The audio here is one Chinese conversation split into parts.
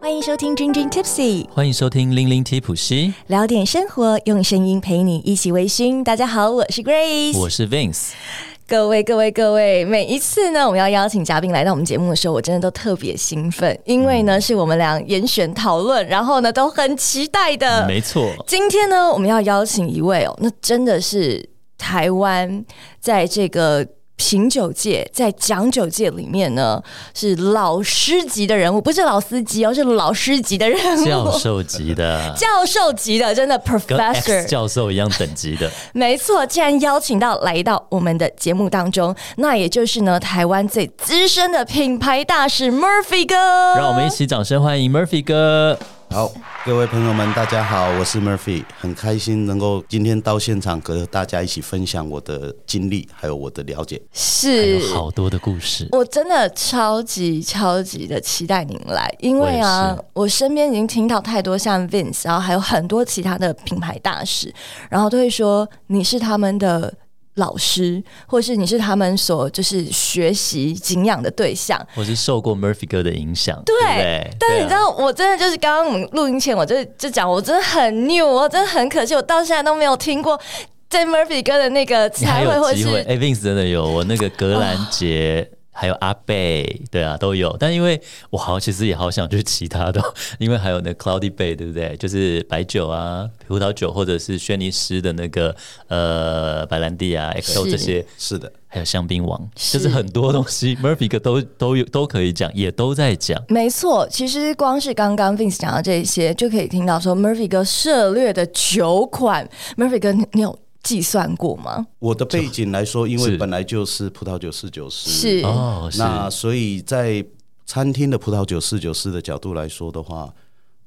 欢迎收听《君君 Tipsy》，欢迎收听《零零 T 普西聊点生活，用声音陪你一起微醺。大家好，我是》，Grace，我是 Vince。各位各位各位，每一次呢，我们要邀请嘉宾来到我们节目的时候，我真的都特别兴奋，因为嗯呢，是我们俩严选讨论，然后呢，都很期待的。没 错，今天呢，我们要邀请一位哦，那真的是台湾在这个品酒界、在讲酒界里面呢，是老师级的人物，不是老司机哦，是老师级的人物，教授 级的，教授级的，真的跟 X professor。教授一样等 级的。没错，既然邀请到来到我们的节目当中，那也就是呢，台湾最资深的品牌大使 Murphy 哥。让我们一起掌声欢迎 Murphy 哥。好，各位朋友们，大家好，我是 Murphy，很开心能够今天到现场和大家一起分享我的经历，还有我的了解。是有哎好多的故事，我真的超级超级的期待您来，因为我也啊是，我身边已经听到太多像 Vince，然后还有很多其他的品牌大使，然后都会说你是他们的老师，或是你是他们所就是学习敬仰的对象。我是受过 Murphy 哥的影响，对对，不对？但是你知对啊道，我真的就是刚刚我们录音前，我就就讲，我真的很 new，我真的很可惜，我到现在都没有听过 j Murphy 哥的那个你还才会，有或机会。是哎，Vince 真的有我那个格兰杰。还有阿贝，对啊，都有。但因为我好，其实也好想去其他的， 因为还有那 Cloudy Bay，对不对？就是白酒啊、葡萄酒，或者是轩尼诗的那个呃白兰地啊、XO 是这些，是的，还有香槟王，是就是很多东 西，Murphy 哥都都有都可以讲，也都在讲。没错，其实光是刚刚 Vince 讲到这些，就可以听到说 Murphy 哥涉猎的九款，Murphy 哥你你有计算过吗？我的背景来说，因是为本来就是葡萄酒侍酒师，是哦，是那所以在餐厅的葡萄酒侍酒师的角度来说的话，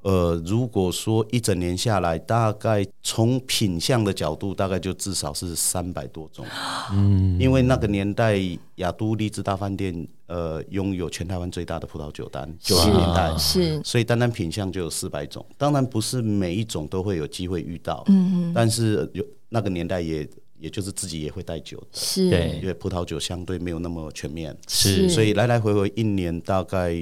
呃，如果说一整年下来，大概从品相的角度，大概就至少是三百多种。嗯，因为那个年代雅都丽兹大饭店，呃，拥有全台湾最大的葡萄酒单，九是十年代。是所以单单品相就有四百种，当然不是每一种都会有机会遇到，嗯，但是有那个年代也也就是自己也会带酒的，是对因为葡萄酒相对没有那么全面，是所以来来回回一年大概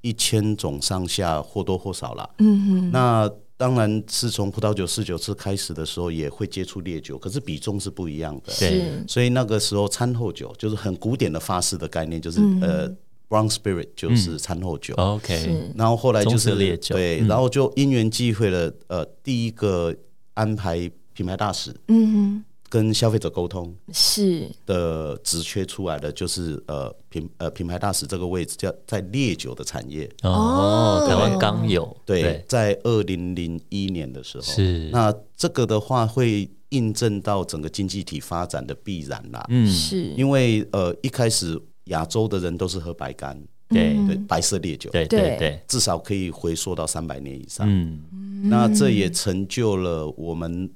一千种上下，或多或少啦。嗯哼，那当然是从葡萄酒侍酒师开始的时候，也会接触烈酒，可是比重是不一样的。对是所以那个时候餐后酒就是很古典的法式的概念，就是、呃 brown spirit 就是餐后酒。 ，OK，然后后来就棕色是哦烈酒对，然后就因缘际会了，呃，第一个安排品牌大使嗯跟消费者沟通，哼是的职缺出来的就是呃品呃品牌大使这个位置叫在烈酒的产业，哦哦，台湾刚有，对，在二零零一年的时候，是那这个的话会印证到整个经济体发展的必然啦，嗯，是因为呃一开始亚洲的人都是喝白干，对对白色烈酒，对对对对，至少可以回溯到三百年以上，嗯，那这也成就了我们。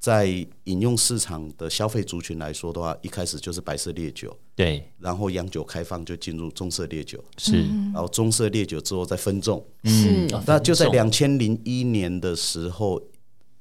在饮用市场的消费族群来说的话，一开始就是白色烈酒，对，然后洋酒开放就进入棕色烈酒，是，然后棕色烈酒之后再分众。是哦那就在分众两千零一年的时候，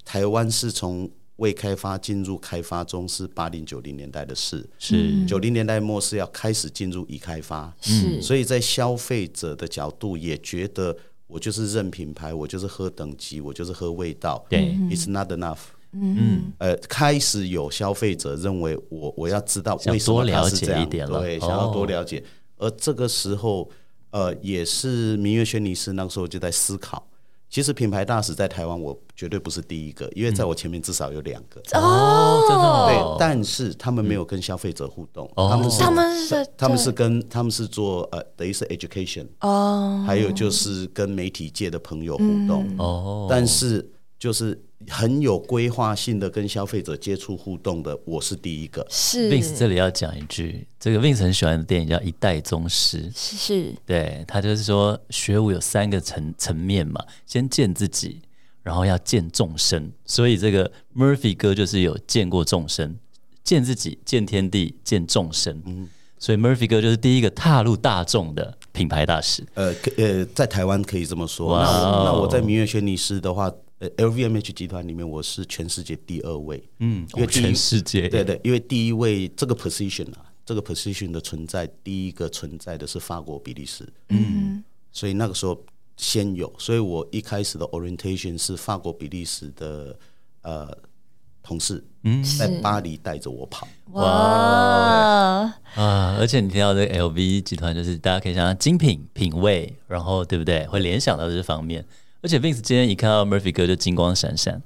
台湾是从未开发进入开发中，是八零九零年代的事。是九零年代末是要开始进入已开发，是嗯所以在消费者的角度也觉得我就是认品牌，我就是喝等级，我就是喝味道。对，It's not enough。嗯，呃，开始有消费者认为我我要知道为什么它是这想多了解样，一点了对，哦想要多了解。而这个时候，呃，也是明月轩尼诗那个时候就在思考。其实品牌大使在台湾，我绝对不是第一个，因为嗯在我前面至少有两个。哦，真的对，哦，但是他们没有跟消费者互动，哦他们是他们是他们是跟他们是做呃，等于是 education，哦还有就是跟媒体界的朋友互嗯动，哦，但是就是很有规划性的跟消费者接触互动的，我是第一个。是 Vince 这里要讲一句，这个 Vince 很喜欢的电影叫《一代宗师》，是对他就是说学武有三个层层面嘛，先见自己，然后要见众生，所以这个 Murphy 哥就是有见过众生，见自己，见天地，见众生，嗯所以 Murphy 哥就是第一个踏入大众的品牌大使，呃可呃，在台湾可以这么说。哇那哦我那我在明月轩尼诗的话，呃，LVMH 集团里面我是全世界第二位。嗯，因为第一全世界对对，因为第一位这个 position 啊，这个 position 的存在，第一个存在的是法国、比利时。嗯，所以那个时候先有，所以我一开始的 orientation 是法国、比利时的呃同事，嗯，在巴黎带着我跑。哇，啊，而且你听到这个 LV 集团，就是大家可以想象精品品味，然后对不对？会联想到这方面。而且 Vince 今天一看到 Murphy 哥就金光闪闪，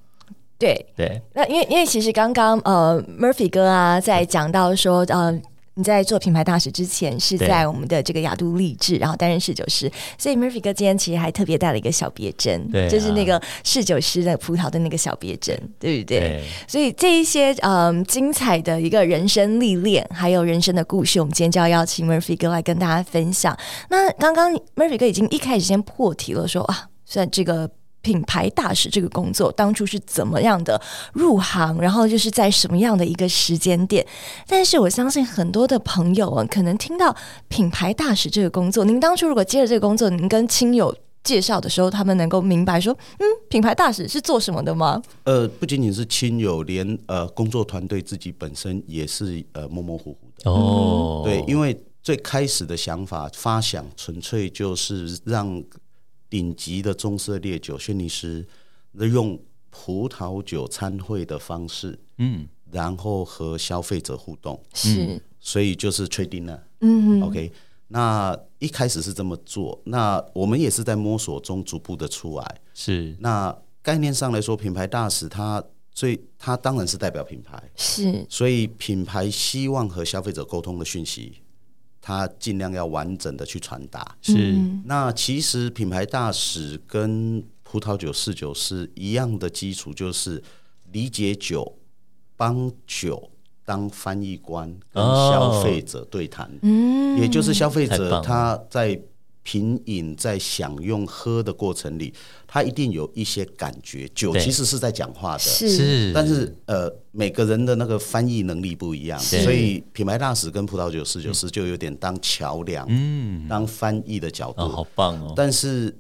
对，对，那因为因为其实刚刚呃，Murphy 哥啊，在讲到说呃。你在做品牌大使之前是对在我们的这个雅都励志，然后担任侍酒师，所以 Murphy 哥今天其实还特别带了一个小别针，对啊就是那个侍酒师的葡萄的那个小别针，对不对？对所以这一些嗯精彩的一个人生历练，还有人生的故事，我们今天就要邀请 Murphy 哥来跟大家分享。那刚刚 Murphy 哥已经一开始先破题了说，啊，算这个品牌大使这个工作当初是怎么样的入行，然后就是在什么样的一个时间点。但是我相信很多的朋友啊，可能听到品牌大使这个工作，您当初如果接了这个工作，您跟亲友。介绍的时候，他们能够明白说，嗯，品牌大使是做什么的吗？呃，不仅仅是亲友，连呃工作团队自己本身也是呃模模糊糊的。哦，嗯对，因为最开始的想法发想，纯粹就是让顶级的棕色烈酒轩尼诗用葡萄酒参会的方式，嗯，然后和消费者互动，是，所以就是 trading 呢。嗯 OK，那一开始是这么做，那我们也是在摸索中逐步的出来。是那概念上来说，品牌大使它最它当然是代表品牌，是所以品牌希望和消费者沟通的讯息，它尽量要完整的去传达。是，那其实品牌大使跟葡萄酒侍酒师一样的基础，就是理解酒，帮酒当翻译官跟消费者对谈。嗯，也就是消费太棒者了他在品饮、在享用、喝的过程里，他一定有一些感觉。酒对其实是在讲话的，是是，但是呃，每个人的那个翻译能力不一样，是所以品牌大使跟葡萄酒侍酒师就有点当桥梁、嗯，当翻译的角度。哦，好棒哦，但是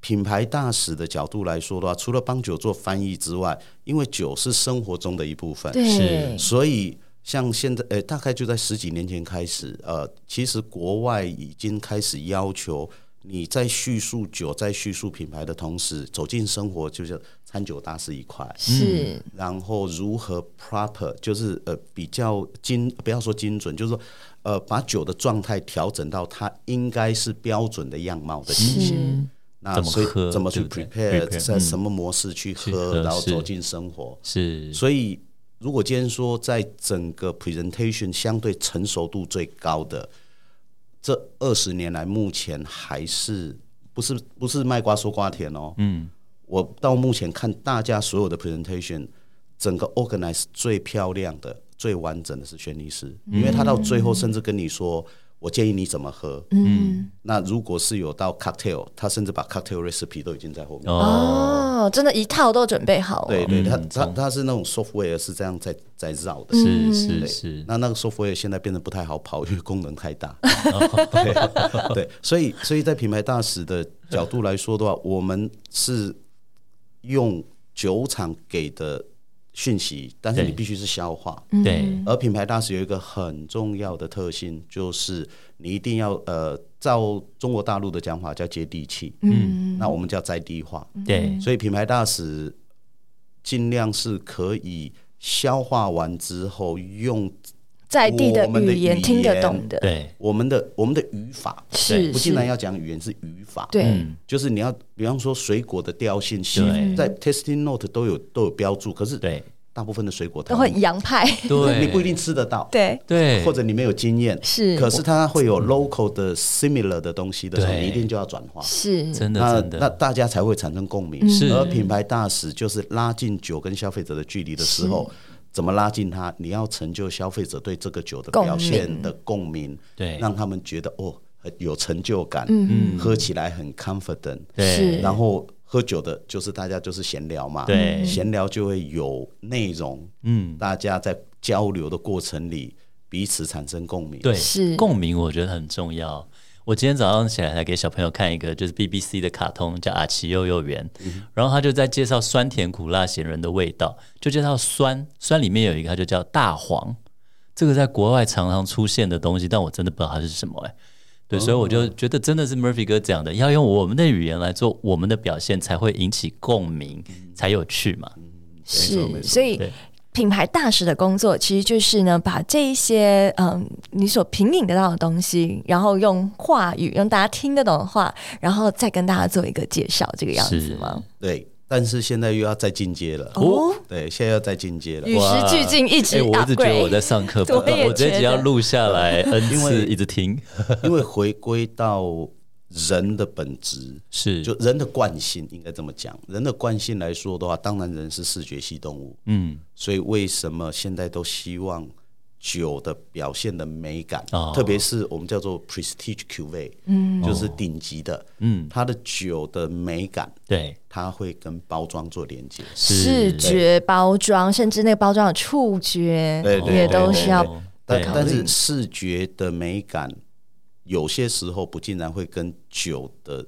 品牌大使的角度来说的话，除了帮酒做翻译之外，因为酒是生活中的一部分，对，所以像现在呃，大概就在十几年前开始，呃，其实国外已经开始要求。你在叙述酒、在叙述品牌的同时，走进生活就是餐酒大师一块。是然后如何 proper，就是呃比较精，不要说精准，就是说呃把酒的状态调整到它应该是标准的样貌的情形。是那怎么所以喝怎么去对不对 prepare， prepare，在什么模式去去喝喝，然后是走进生活。是所以如果今天说在整个 presentation 相对成熟度最高的这二十年来，目前还是不是不是卖瓜说瓜甜哦，嗯，我到目前看大家所有的 presentation，整个 organize 最漂亮的、最完整的是轩尼诗，嗯因为他到最后甚至跟你说，我建议你怎么喝。嗯那如果是有到 cocktail，他甚至把 cocktail recipe 都已经在后面。哦，哦，真的，一套都准备好了，对对，他嗯他懂他是那种 software 是这样在在绕的。是是是，那那个 software 现在变得不太好跑，因为功能太 大。哦对对，所以所以在品牌大使的角度来说的话，我们是用酒厂给的讯息，但是对嗯你必须是消化。对，而品牌大使有一个很重要的特性，就是你一定要呃，照中国大陆的讲法叫接地气，嗯，那我们叫在地化。对，所以品牌大使尽量是可以消化完之后用在地的我们的语言语听得言懂的，对，我们的我们的语法，是不竟然是，要嗯讲语言是语法，对，就是你要比方说水果的调性，对在 testing note 都有都有标注，可是对大部分的水果它都会洋派， 对， 你不一定吃得到，对，对，或者你没有经验，是可是它会有 local 的 similar 的东西的时候，对你一定就要转化。是真的那真那的大家才会产生共嗯鸣，是而品牌大使就是拉近酒跟消费者的距离的时嗯候，怎么拉近它？你要成就消费者对这个酒的共鸣表现的共鸣，对让他们觉得哦很有成就感，嗯喝起来很 confident，是对然后喝酒的就是大家就是闲聊嘛，对闲聊就会有内容，嗯，大家在交流的过程里彼此产生共鸣，对，是共鸣，我觉得很重要。我今天早上起来还给小朋友看一个，就是 BBC 的卡通，叫《阿奇幼幼园》，嗯然后他就在介绍酸甜苦辣咸人的味道，就介绍酸，酸里面有一个，它就叫大黄，这个在国外常常出现的东西，但我真的不知道它是什么、欸。哦对，所以我就觉得真的是 Murphy 哥讲的，要用我们的语言来做我们的表现，才会引起共鸣，嗯才有趣嘛。是没，错所以对。品牌大使的工作其实就是呢，把这一些嗯你所品饮得到的东西，然后用话语，用大家听得懂的话，然后再跟大家做一个介绍，这个样子是吗？对，但是现在又要再进阶了。哦，对，现在要再进阶了。与时俱进，一哎、直我一直觉得 upgrade。我在上 课报告我也觉，得我这一集要录下来 N 因次，为一直听。 因为回归到人的本质，是，就人的惯性，应该这么讲。人的惯性来说的话，当然人是视觉系动物，嗯，所以为什么现在都希望酒的表现的美感，哦特别是我们叫做 prestige cuvee，嗯，就是顶级的，嗯，它的酒的美感，对，它会跟包装做连接。视觉包装，甚至那个包装的触觉对对也都是要哦但对考虑但是视觉的美感，有些时候不竟然会跟酒的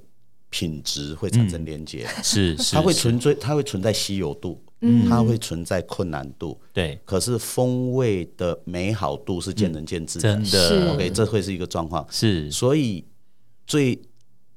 品质会产嗯生连接。是是，它会是存在，它会存在稀有度，嗯它会存在困难度，对，可是风味的美好度是见仁见智的。嗯真是的 OK，这会是一个状况。是所以最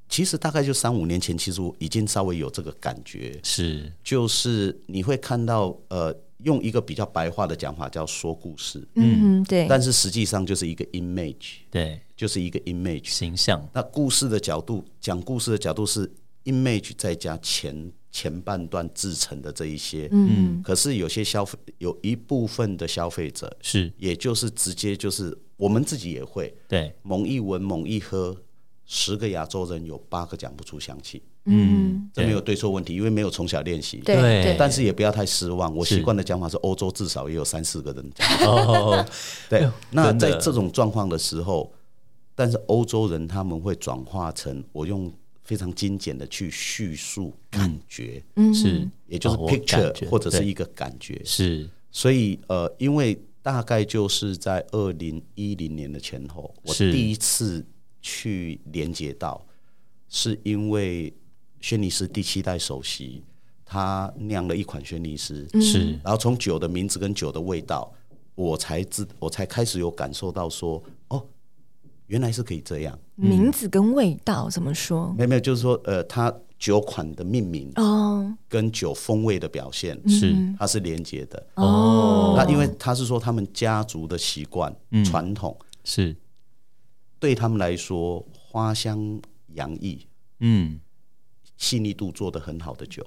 其实大概就三五年前，其实我已经稍微有这个感觉，是就是你会看到呃，用一个比较白话的讲法叫说故事，嗯嗯对，但是实际上就是一个 image，对就是一个 image。形象，那故事的角度，讲故事的角度是 image 再加前前半段制成的这一些，嗯可是有些消费有一部分的消费者，是也就是直接就是我们自己也会对，猛一闻猛一喝，十个亚洲人有八个讲不出香气，嗯这没有对错问题，因为没有从小练习。对对对但是也不要太失望，我是习惯的讲法是欧洲至少也有三四个人讲。哦，对，那真的在这种状况的时候，但是欧洲人他们会转化成我用非常精简的去叙述感觉，嗯 是也就是哦我感 picture 觉或者是对一个感觉。是所以呃，因为大概就是在二零一零年的前后，我是第一次去连接到，是因为轩尼诗第七代首席他酿了一款轩尼诗，是然后从酒的名字跟酒的味道，我才知我才开始有感受到说，哦，原来是可以这样。名字跟味道怎么说？没有没有，就是说呃，它酒款的命名哦跟酒风味的表现，是它是连接的。哦，那因为他是说他们家族的习惯、嗯传统，是，对他们来说，花香洋溢、嗯，细腻度做得很好的酒，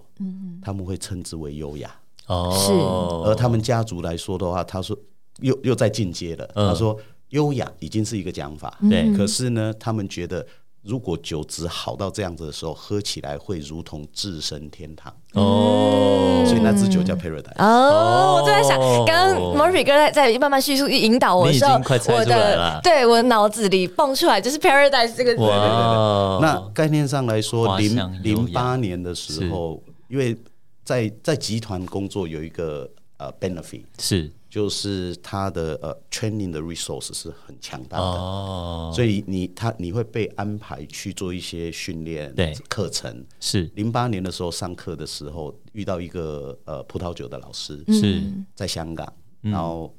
他们会称之为优雅。哦，而他们家族来说的话，他说又又在进阶了，他说优雅已经是一个讲法，嗯对可是呢，他们觉得。如果酒质好到这样子的时候，喝起来会如同置身天堂，哦，所以那支酒叫 Paradise。哦，我就在想，哦刚刚 Murphy 哥在在慢慢叙述引导我的时候你已经快，猜我出来的了对我脑子里蹦出来就是 paradise 这个字。哇，那概念上来说，呃花香优零零雅八年的时候，因为在在集团工作有一个呃 benefit，是就是它的呃 training 的 resource 是很强大的，哦，所以你他你会被安排去做一些训练对课程。是零八年的时候上课的时候，遇到一个呃葡萄酒的老师，是嗯在香港，嗯然后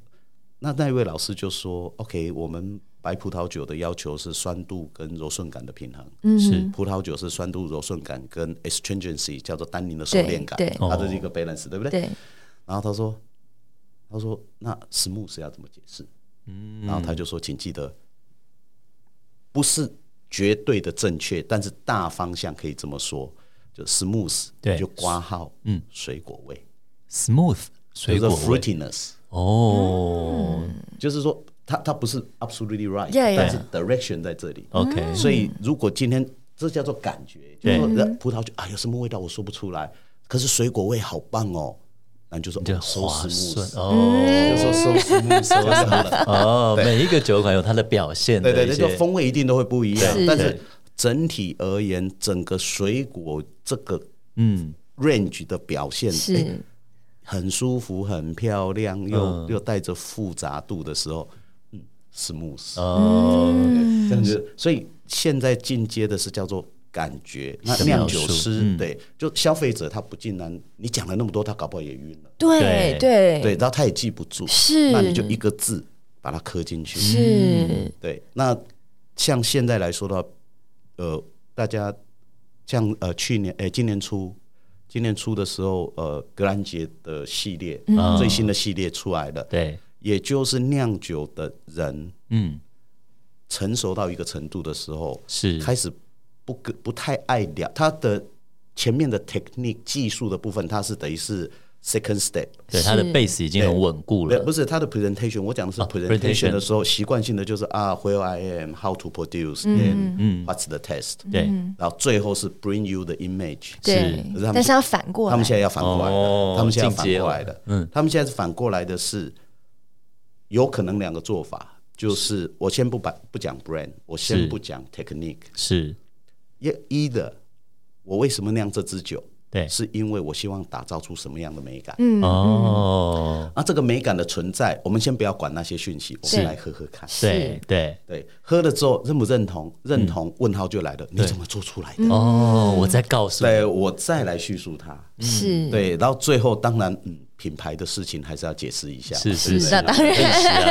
那那位老师就说：“OK，我们白葡萄酒的要求是酸度跟柔顺感的平衡。嗯是葡萄酒是酸度、柔顺感跟 astringency，叫做单宁的收敛感对对，它这是一个 balance，对不对？对，然后他说，他说那 smooth 要怎么解释？嗯，然后他就说，请记得，不是绝对的正确，但是大方向可以这么说，就 smooth，对就挂号，嗯，水果味， smooth 水果就是味 fruitiness，嗯哦就是说它它不是 absolutely right， Yeah, yeah. 但是 direction 在这里。 ，OK，嗯所以如果今天这叫做感觉，就是说呃葡萄酒啊有什么味道我说不出来，可是水果味好棒哦，那你就说就哦收划拾木算斯，哦就说收拾木斯就好了。哦，每一个酒款有它的表现对的对一对，就些风味一定都会不一样是，但是整体而言，整个水果这个嗯 range 的表现诶是很舒服、很漂亮，嗯又又带着复杂度的时候，嗯，smooth。哦嗯这样子。所以现在进阶的是叫做感觉，那是酿描酒述师、嗯对，就消费者他不竟然你讲了那么多，他搞不好也晕了，对对对对，然后他也记不住，是那你就一个字把它刻进去，是对，那像现在来说的话，呃，大家像呃去年诶、今年初今年初的时候，呃，格兰杰的系列、嗯最新的系列出来了，对，也就是酿酒的人嗯，成熟到一个程度的时候，是，开始不跟不太爱聊他的前面的 technique 技术的部分，它是等于是 second step。对，它的是 base 已经很稳固对，了，不是他的 presentation，我讲的是啊 presentation presentation 的时候，习惯性的就是啊，where I am，how to produce，and what's the test，嗯对，嗯然后最后是 bring you the image。对可是他，们但是要反过来，他们现在要反过来哦了，他们现在要进反阶过了来的，嗯，他们现在是反过来的是，有可能两个做法，就是我先不把不讲 brand，我是先不讲 technique，是，一一的，我为什么酿这支酒？对，是因为我希望打造出什么样的美感。嗯啊哦，那这个美感的存在，我们先不要管那些讯息，我们来喝喝看。对对，对，喝了之后认不认同？认嗯同，问号就来了，你怎么做出来的？哦，我在告诉你，对我再来叙述它。嗯是，嗯对，然后最后当然，嗯，品牌的事情还是要解释一下。是是那当然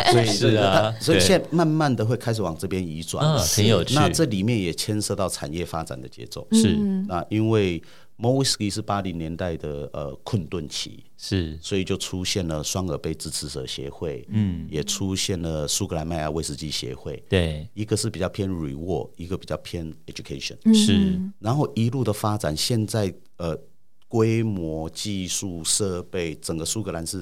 是所啊，以是啊，所以对现在慢慢的会开始往这边移转嗯了。挺有趣，那这里面也牵涉到产业发展的节奏。是那因为 m o w i s k y 是八零年代的呃困顿期，是所以就出现了双耳杯支持者协会，嗯，也出现了苏格兰麦芽威士忌协会，对一个是比较偏 reward，一个比较偏 education，、是嗯然后一路的发展，现在呃规模、技术、设备，整个苏格兰是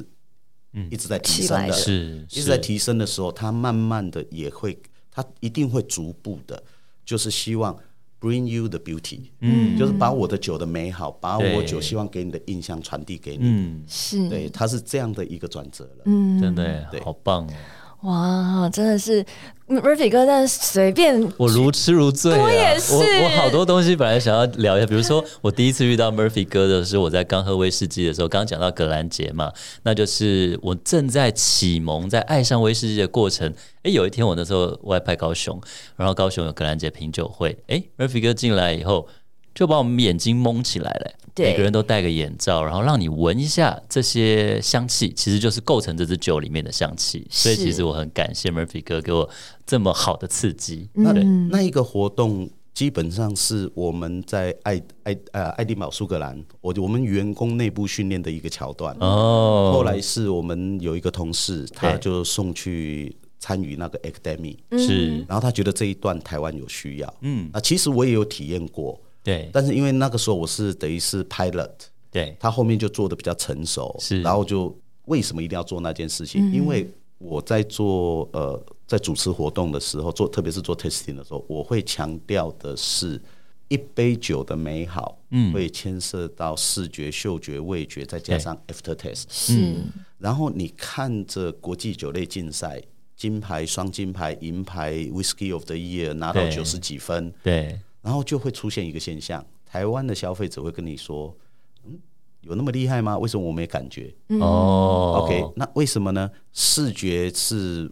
嗯一直在提升起来的，的是一直在提升的时候，它慢慢的也会，它一定会逐步的，就是希望 bring you the beauty，嗯，就是把我的酒的美好，把我对酒希望给你的印象传递给你，嗯，是，对，它是这样的一个转折了，嗯，真的对好棒哦，哇，真的是嗯 Murphy 哥，但是随便我如痴如醉、啊，我也是我我好多东西本来想要聊一下，比如说我第一次遇到 Murphy 哥的是我在刚喝威士忌的时候，刚讲到格兰杰嘛，那就是我正在启蒙，在爱上威士忌的过程。诶，有一天我那时候外派高雄，然后高雄有格兰杰品酒会，诶 m u r p h y 哥进来以后。就把我们眼睛蒙起来了、对每个人都戴个眼罩，然后让你闻一下这些香气，其实就是构成这支酒里面的香气。所以是其实我很感谢 Murphy 哥给我这么好的刺激。嗯那对，那一个活动基本上是我们在爱爱呃爱丁堡苏格兰，我我们员工内部训练的一个桥段，哦，后来是我们有一个同事，他对就送去参与那个 academy，嗯是，然后他觉得这一段台湾有需要，嗯，啊，其实我也有体验过，对但是因为那个时候我是等于是 pilot，对他后面就做的比较成熟，是然后就为什么一定要做那件事情？因为我在做呃在主持活动的时候，做特别是做 testing 的时候，我会强调的是。一杯酒的美好，嗯，会牵涉到视觉、嗅觉、味觉，再加上 after taste，是嗯然后你看着国际酒类竞赛，金牌、双金牌、银牌，Whisky of the Year 拿到对九十几分，对，然后就会出现一个现象：台湾的消费者会跟你说：“嗯，有那么厉害吗？为什么我没感觉、嗯哦 o k 那为什么呢？视觉是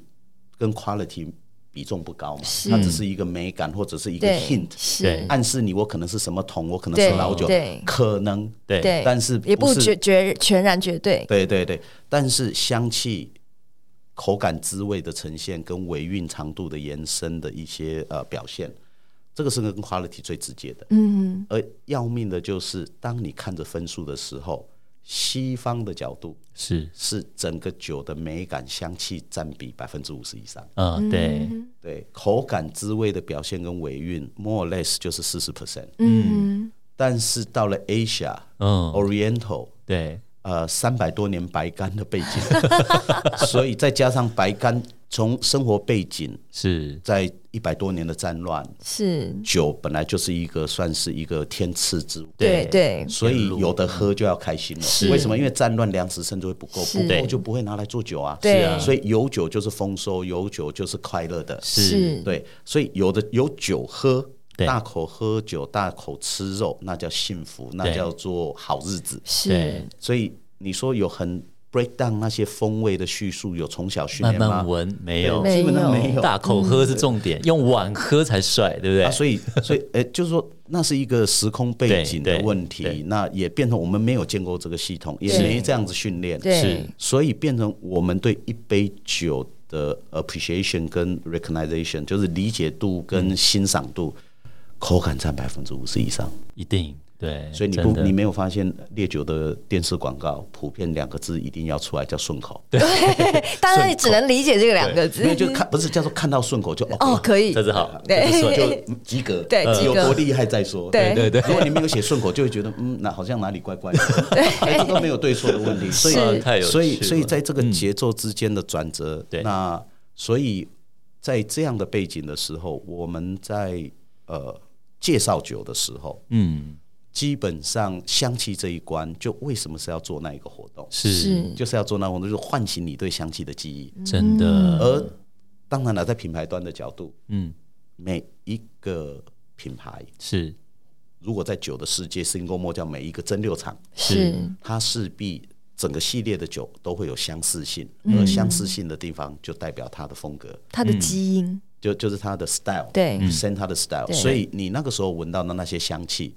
跟 quality 比重不高嘛，它只是一个美感或者是一个对 hint，是对，暗示你我可能是什么桶，我可能对是老酒对，可能对对，但是也不不是绝绝全然绝对，对对对，但是香气、口感、滋味的呈现跟尾韵长度的延伸的一些呃表现，这个是跟 quality 最直接的。嗯，而要命的就是，当你看着分数的时候，西方的角度是，是整个酒的美感、香气占比百分之五十以上，啊，嗯对，对，口感、滋味的表现跟尾韵，more or less 就是四十 percent。嗯，但是到了 Asia、嗯， Oriental。对，呃三百多年白干的背景， 所以再加上白干从生活背景，是，在一百多年的战乱，是，酒本来就是一个算是一个天赐之物。对对对，所以有的喝就要开心了，是为什么？因为战乱粮食甚至会不够，是不够就不会拿来做酒啊。对是啊所以有酒就是丰收，有酒就是快乐的。是对，所以有的有酒喝，对大口喝酒，大口吃肉，那叫幸福，那对叫做好日子。是对，所以你说有很 break down 那些风味的叙述，有从小训慢练吗？慢闻，没有，对基本上没有。嗯大口喝是重点，用碗喝才帅，对不对啊、？所以，所以，诶、就是说，那是一个时空背景的问对对题，那也变成我们没有见过这个系统，也是没这样子训练，对是所以变成我们对一杯酒的 appreciation 跟 recognition，就是理解度跟欣赏度，口感占百分之五十以上。一定对，所以你真不的你没有发现烈酒的电视广告普遍两个字一定要出来叫顺口，当然你只能理解这个两个字因为就看不是叫做看到顺口就哦，可以，这是好，对这是算就 及格，呃对及有格多厉害再说。对对对，如果你没有写顺口，就会觉得嗯，那好像哪里怪 怪的，哎这都没有对错的问题。所以是啊太有趣了嗯所以所以在这个节奏之间的转折，对那所以在这样的背景的时候，我们在呃介绍酒的时候，嗯基本上香气这一关，就为什么是要做那一个活动，是是就是要做那活动，就是唤醒你对香气的记忆。嗯真的，而当然了，在品牌端的角度，嗯每一个品牌。是如果在酒的世界，新购末叫每一个蒸馏厂，是它势必整个系列的酒都会有相似性，嗯而相似性的地方就代表它的风格，它的基因，就就是它的 style，对嗯生它的 style。对所以你那个时候闻到的那些香气，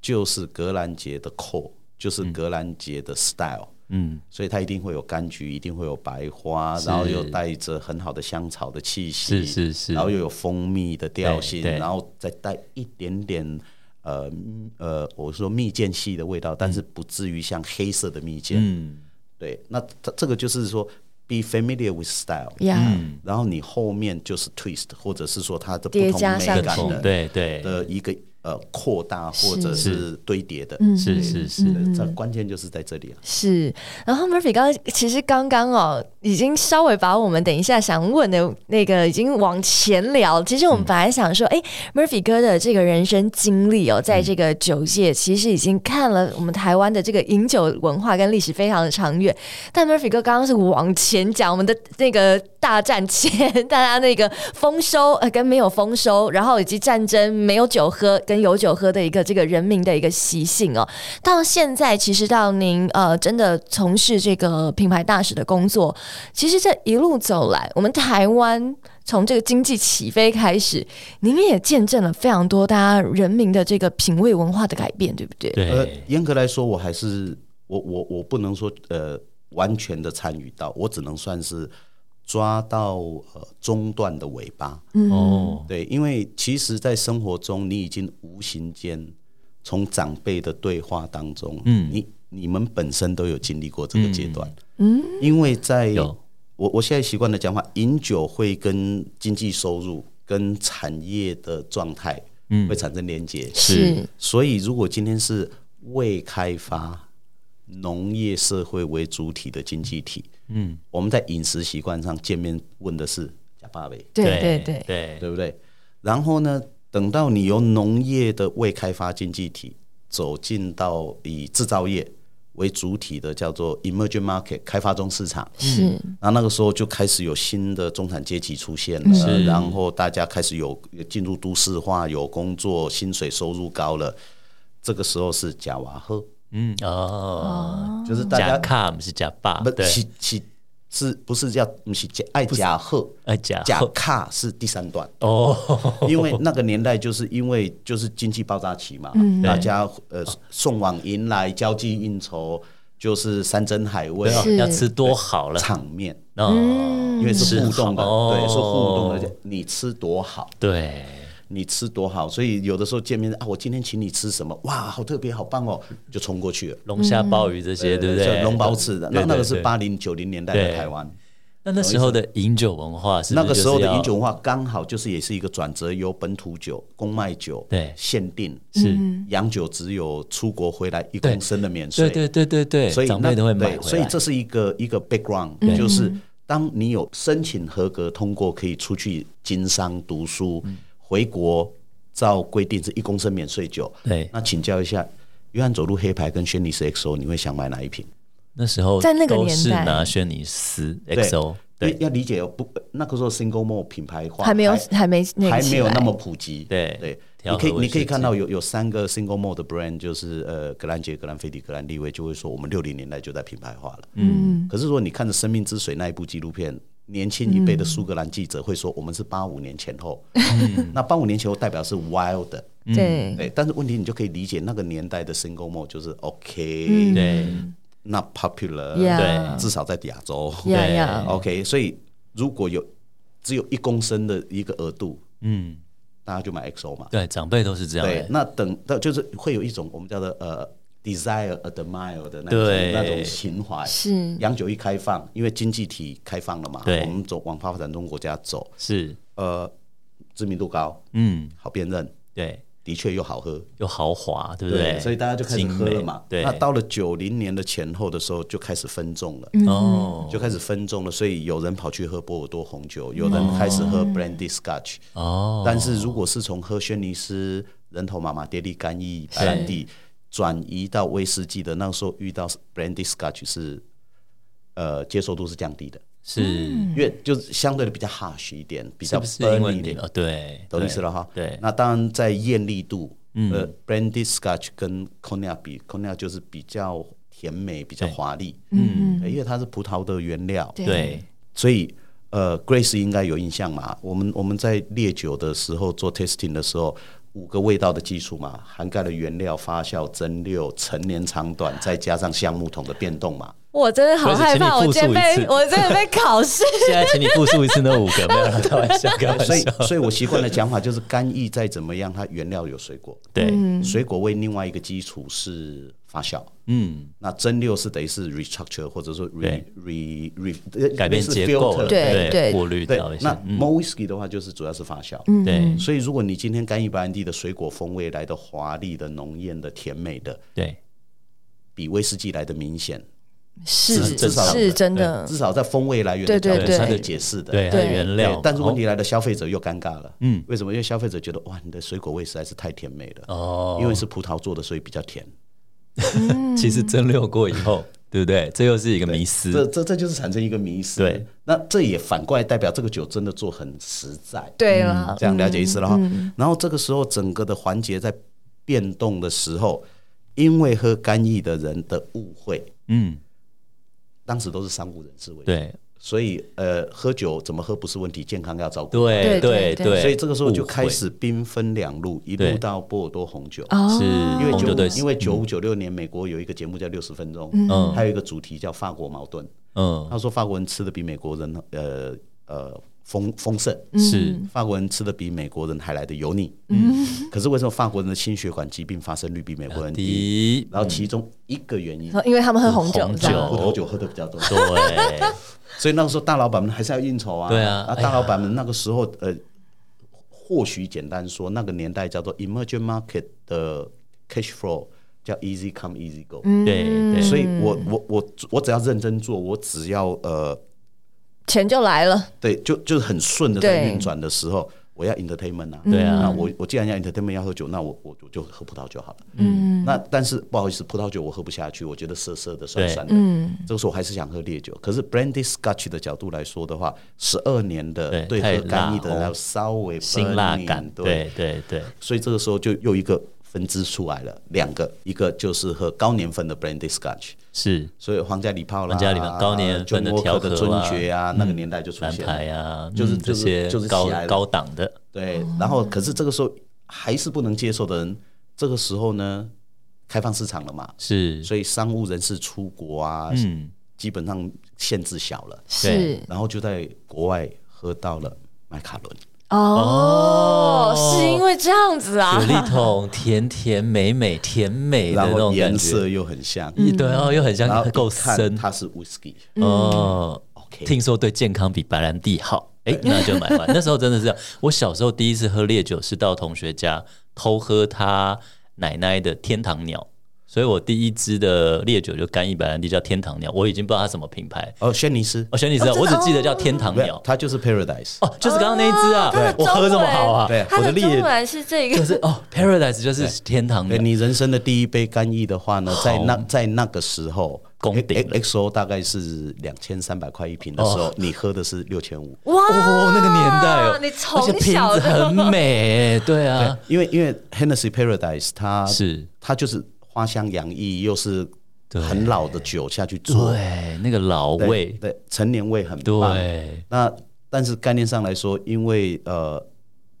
就是格兰杰的 core，就是格兰杰的 style。嗯所以它一定会有柑橘，一定会有白花，然后又带着很好的香草的气息，是是是然后又有蜂蜜的调性，对对然后再带一点点呃嗯呃，我说蜜饯系的味道，但是不至于像黑色的蜜饯。嗯对，那它这个就是说，be familiar with style，、呀，嗯然后你后面就是 twist，或者是说它的不叠同加美上更去感同的对对的一个呃扩大或者是堆叠的，嗯是是是对这关键就是在这里啊。是，然后 Murphy 刚刚其实刚刚哦，已经稍微把我们等一下想问的那个已经往前聊。其实我们本来想说，哎、m u r p h y 哥的这个人生经历哦，在这个酒界其实已经看了我们台湾的这个饮酒文化跟历史非常的长远。但 Murphy 哥刚刚是往前讲我们的那个大战前， 大家那个丰收呃跟没有丰收，然后以及战争没有酒喝跟有酒喝的一个这个人民的一个习性哦。到现在，其实到您呃真的从事这个品牌大使的工作，其实这一路走来，我们台湾从这个经济起飞开始，您也见证了非常多大家人民的这个品味文化的改变，对不对？呃对，严格来说，我还是我我我不能说呃完全的参与到，我只能算是抓到呃中段的尾巴。嗯哦对，因为其实，在生活中，你已经无形间从长辈的对话当中，嗯，你你们本身都有经历过这个阶段，嗯，因为在有我我现在习惯的讲话，饮酒会跟经济收入跟产业的状态，嗯，会产生连结，是所以，如果今天是未开发农业社会为主体的经济体，嗯，我们在饮食习惯上见面问的是假巴呗，对对对对，对对不对？然后呢，等到你由农业的未开发经济体走进到以制造业为主体的叫做 emerging market 开发中市场，是然后那个时候就开始有新的中产阶级出现了，然后大家开始有进入都市化，有工作，薪水收入高了。这个时候是假娃喝，嗯哦，就是大假家卡不是假爸，不对，是是是不是叫不是假爱假喝，哎假假卡是第三 段。 哦，因为那个年代就是因为就是经济爆炸期嘛，大家呃送往迎来，交际应酬，就是山珍海味对啊是要吃多好了，场面，哦，因为是互动的，吃好对，是互动的哦。你吃多好，对，你吃多好，所以有的时候见面啊，我今天请你吃什么？哇，好特别，好棒哦，就冲过去了。龙虾鲍鱼这些，对不对？就笼包吃的，那对那个对是对八零九零年代对的台湾，那那时候的饮酒文化是不那是个时候就的是要饮酒文化刚好就是也是一个转折，由本土酒、公卖酒对限定是，洋酒只有出国回来一公升的免税，对对对对对，所以长那辈都会买回对来，嗯所以这是一个一个 background，就是当你有申请合格通过，可以出去经商读书，嗯回国照规定是一公升免税酒。对那请教一下，约翰走路黑牌跟轩尼诗 XO，你会想买哪一瓶？那时候在那个都年是代拿轩尼诗对 XO，因为要理解哦，不，那个时候 single malt 品牌化还没有还没那个还起没有来那么普及。对对，调你和可以威你可以士忌看到有有三个 single malt 的 brand，就是呃格兰杰、格兰菲迪、格兰利威，就会说我们六零年代就在品牌化了。嗯，可是如果你看着《生命之水》那一部纪录片。年轻一辈的苏格兰记者会说，我们是八五年前后，嗯那八五年前后代表是 wild 的，对对。但是问题你就可以理解那个年代的 single malt 就是 OK，、对嗯 not popular， Yeah 至少在亚洲，哦呀呀， OK，所以如果有只有一公升的一个额度，嗯，大家就买 XO 嘛。对，长辈都是这样、对欸，，那等到就是会有一种我们叫做呃 desire admire 的那对种那种情怀。是洋酒一开放，因为经济体开放了嘛，对我们走往发展中国家走，是，呃，知名度高，嗯，好辨认，对，的确又好喝，又豪华，对不所以大家就开始喝了嘛精美。对，那到了九零年的前后的时候，就开始分众了。哦嗯就开始分众了，所以有人跑去喝波尔多红酒，有人开始喝 brandy scotch，、哦，但是如果是从喝轩尼诗、人头马马爹利干邑、是白兰地转移到威士忌的，那时候遇到 brandy scotch 是呃接受度是降低的，是因为就是相对的比较 harsh 一点，比是较不嗯是因 burn 为一你点，哦，对，懂意对思了哈？对嗯那当然在艳丽度，呃，brandy scotch 跟 cognac 比，cognac 就是比较甜美、比较华丽，嗯，因为它是葡萄的原料，对对，所以呃，Grace 应该有印象嘛？我们我们在烈酒的时候做 testing 的时候，五个味道的技术嘛，涵盖了原料、发酵、蒸馏、陈年长短，再加上橡木桶的变 动嘛。我真的好害怕，我所以今请天你被复述一次我真 的被考试。现在请你复述一次那五个，没有啦开玩笑，开玩所以笑，，所以我习惯的讲法就是，干邑再怎么样，它原料有水果，嗯对，水果为另外一个基础是发酵。嗯，那蒸馏是等于是 restructure 或者说 re 对 re re 改变类似结构 filter 了，嗯对对嗯过滤对掉一，那下， m o whisky 的话就是主要是发酵，对所以，如果你今天干邑白兰地的水果风味来的华丽的、浓艳的、甜美的，对，比威士忌来的明显， 是至少是真的嗯至，少在风味来源对的嗯角对度对是可以解释的。对，它的对原料，但是问题题来了，消费者又尴尬了。嗯，为什么？因为消费者觉得哇，你的水果味实在是太甜美了，哦，因为是葡萄做的，所以比较甜。嗯其实蒸馏过以 后，对不对？这又是一个迷这思，这这就是产生一个迷失。对，那这也反过来代表这个酒真的做很实在。对嗯了，这样了解意思了哈。然后这个时候整个的环节在变动的时候，因为喝干邑的人的误会，嗯，当时都是商务人士为主，对，所以呃，喝酒怎么喝不是问题，健康要照顾。对对对对，所以这个时候就开始兵分两路，一路到波尔多红酒，哦误会是因为红酒对九，因为九五九六年美国有一个节目叫《六十分钟》，嗯还有一个主题叫法国矛盾。嗯他说法国人吃的比美国人呃呃丰丰盛，是法国人吃的比美国人还来的油腻。嗯， 可是为什么法国人的心血管疾病发生率比美国人低？迪，然后其中一个原因，因为他们喝红酒红，这样酒葡萄酒喝的比较多。 对，所以那个时候大老板们还是要应酬啊。对啊哎呀大老板们那个时候呃，或许简单说，那个年代叫做 emerging market 的 cash flow 叫 easy come easy go。嗯对对，所以以我我我我只要认真做，我只要呃，钱就来了，对，就就是很顺的在对运转的时候，我要 entertainment 啊，对啊那我我既然要 entertainment 要喝酒，那我我我就喝葡萄酒好了。嗯，那但是不好意思，葡萄酒我喝不下去，我觉得涩涩的、酸酸的。嗯，这个时候我还是想喝烈酒。可是 brandy scotch 的角度来说的话，十二年的对对太喝干邑的辣人哦要稍微辛辣感 burning，，对对对，所以这个时候就又一个分支出来了，两个，一个就是喝高年份的 brandy scotch。是所以皇家礼炮啦，皇呃家礼炮高年份的 John Walker 调和嗯的啦尊爵啊，那个年代就出蓝现了。牌啊，就是嗯这就是些就是高喜爱的高档的，对，然后可是这个时候还是不能接受的人，这个时候呢，开放市场了嘛，是，所以商务人士出国啊，嗯，基本上限制小了，是然后就在国外喝到了麦卡伦，哦，是因为这样子啊有，力桶甜甜美美甜美的然哎那后种感颜觉，色又很像，对哦，又很然后像一够看深，它是 whisky，哦 OK 听说对健康比白兰地好，哎、那就买吧。那时候真的是这样，我小时候第一次喝烈酒是到同学家偷喝他奶奶的天堂鸟，所以我第一支的烈酒就干邑白兰地叫天堂鸟，我已经不知道它什么品牌。哦，轩尼诗，哦，选你知道，我只记得叫天堂没鸟有，，它就是 Paradise，哦，就是刚刚那一支啊，它的我喝这么好啊，中文对它我的的中烈文是这就个，是哦，Paradise 就是天堂对鸟，你人生的第一杯干邑的话呢，在那在那个时候。哦攻顶了 X O 大概是两千三百块一瓶的时候，你喝的是六千五。哇哦，那个年代哦，啊你而从且瓶小子就很美，对啊，因为因为 Hennessy Paradise 它是它就是花香洋溢，又是对很老的酒下去做，对，那个老对味，对，陈年味很棒。对，那但是概念上来说，因为呃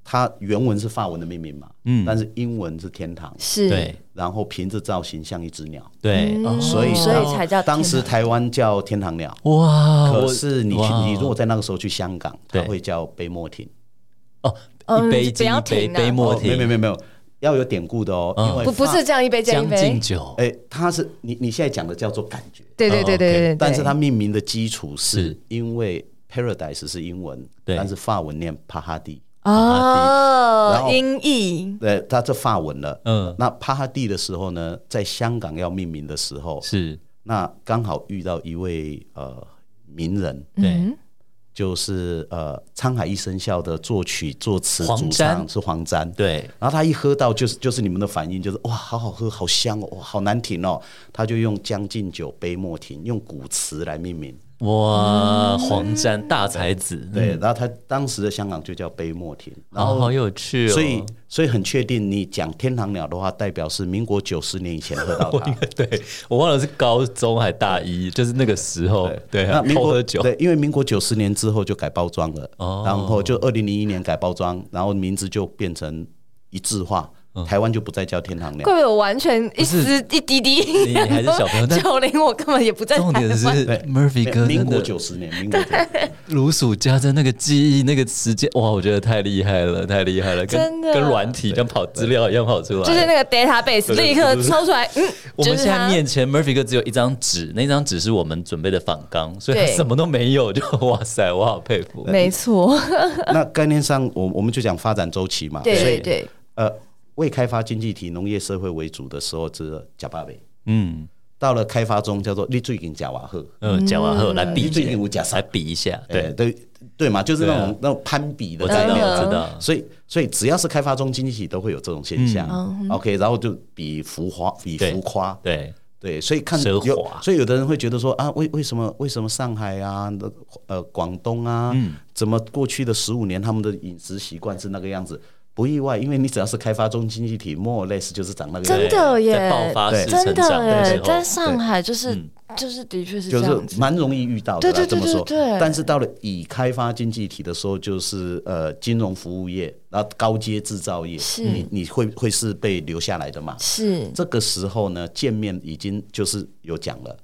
它原文是法文的命名嘛，嗯，但是英文是天堂，是，对然后凭着造型像一只鸟，对，嗯哦所以所当以才叫当时天台湾叫天堂鸟，哇，啊可我是你去哇你如果在那个时候去香港，它对会叫杯莫亭，哦，嗯一杯不敬要一杯，停啊杯莫嗯哦没有停，没有没有没有，要有典故的哦，因堂为不不法是这样一杯接一将杯进，酒，哎，它是你你现在讲的叫做感觉，对哦对对对对对，但是它命名的基础是是因为 paradise 是英文，对但是法文念帕哈蒂，然哦后音译呃，它这法文了。嗯，那帕哈蒂的时候呢，在香港要命名的时候，是，那刚好遇到一位呃名人，嗯对，就是呃《沧海一声笑》的作曲、作词、黄主唱沾是黄沾。对，然后他一喝到，就是就是你们的反应，就是哇，好好喝，好香哦，哇，好难停哦。他就用《将进酒，杯莫停》用古词来命名，哇，黄嗯沾大才子，对。然后他当时的香港就叫杯莫停，然然后后好有趣啊哦，所以，所以很确定，你讲天堂鸟的话，代表是民国九十年以前喝到它。 对 我忘了是高中还大一，就是那个时候，对啊，民偷国喝酒，对，因为民国九十年之后就改包装了，哦然后就二零零一年改包装，然后名字就变成一致化，嗯台湾就不再叫天堂会鸟。不会我完全一丝一滴滴？你还是小朋友 但九零我根本也不在台重点湾。是对 Murphy 哥民真国的九十年，民国 90如数家珍那个记忆那个时间，哇，我觉得太厉害了，太厉害了，跟真的跟软体跟跑资料一样跑出来，就是那个 database 对对立刻抽出来，嗯，我们就是现在它面前 Murphy 哥只有一张纸，那张纸是我们准备的仿纲，所以他对什么都没有，就哇塞，我好佩服。没错，那概念上，我我们就讲发展周期嘛，对所以对对，呃，未开发经济体、农业社会为主的时候，只有假巴贝。嗯到了开发中，叫做你最近假瓦赫，嗯，讲完后来比你最一近下有假啥来？比一下，嗯对对，对对嘛，就是那对啊种、那种攀比的我知道概念。我知道，所以，所以只要是开发中经济体，都会有这种现象。OK，然后嗯就比浮华，比嗯对浮夸，对对，所以看奢华有，所以有的人会觉得说啊，为为什么为什么上海啊，那呃，广东啊，嗯怎么过去的十五年他们的饮食习惯是那个样子？不意外，因为你只要是开发中经济体，more or less 就是长那个样真子，的耶在爆发式真成的长的时耶，在候，嗯上海就是就是的确是这就样是子，蛮容易遇到的啦。对对对这么说，对对对但是到了已开发经济体的时候，就是呃，金融服务业，然后高阶制造业，是你你会会是被留下来的嘛？是这个时候呢，见面已经就是有讲了，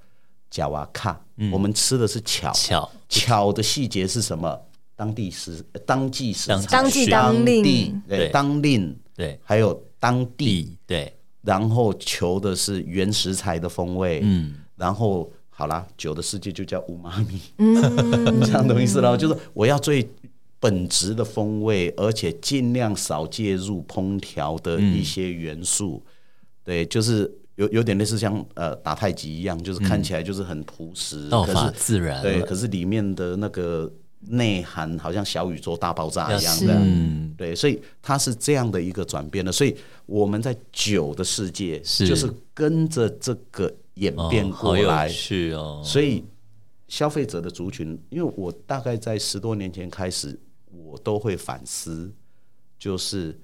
贾瓦卡，我们吃的是巧，巧巧的细节是什么？当地食，呃当季食材，当季当令地对对，当令，对还有当地，比对然后求的是原食材的风味，嗯，然后好啦，酒的世界就叫乌妈咪，嗯， 这样懂意思了？就是我要最本质的风味，而且尽量少介入烹调的一些元素，对，就是。有有点类似像呃打太极一样，就是看起来就是很朴实，道可嗯法是自然对，了，可是里面的那个内涵好像小宇宙大爆炸要一样是的，嗯，对，所以它是这样的一个转变的。所以我们在酒的世界，是就是跟着这个演哦变好过有来，趣哦，所以消费者的族群，因为我大概在十多年前开始，我都会反思，就是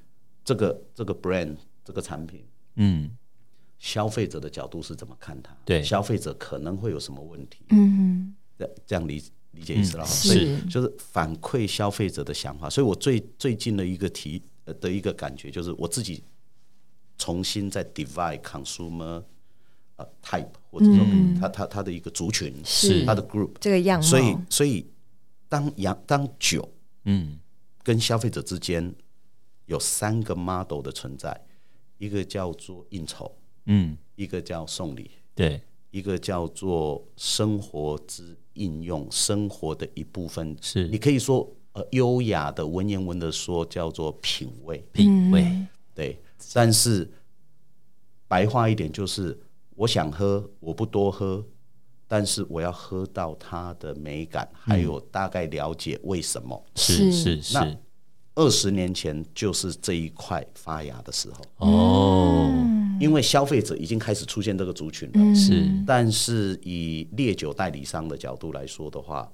这个这个 brand 这个产品，嗯，消费者的角度是怎么看它？对消费者可能会有什么问题？嗯，这这样理理解意嗯思了哈、是所以就是反馈消费者的想法。所以我最最近的一个提呃的一个感觉就是我自己重新在 divide consumer 呃 type 或者说他他他的一个族群嗯是他的 group，这个样貌，哦所以所以当洋当酒嗯跟消费者之间有三个 model 的存在，一个叫做应酬，嗯，一个叫送礼，对，一个叫做生活之应用，生活的一部分。是你可以说，呃，优雅的文言文的说叫做品味，品味，嗯对。但是白话一点就是，我想喝，我不多喝，但是我要喝到它的美感，还有大概了解为什么。是是是那是，二十年前就是这一块发芽的时候，哦，因为消费者已经开始出现这个族群了。嗯是但是以烈酒代理商的角度来说的话，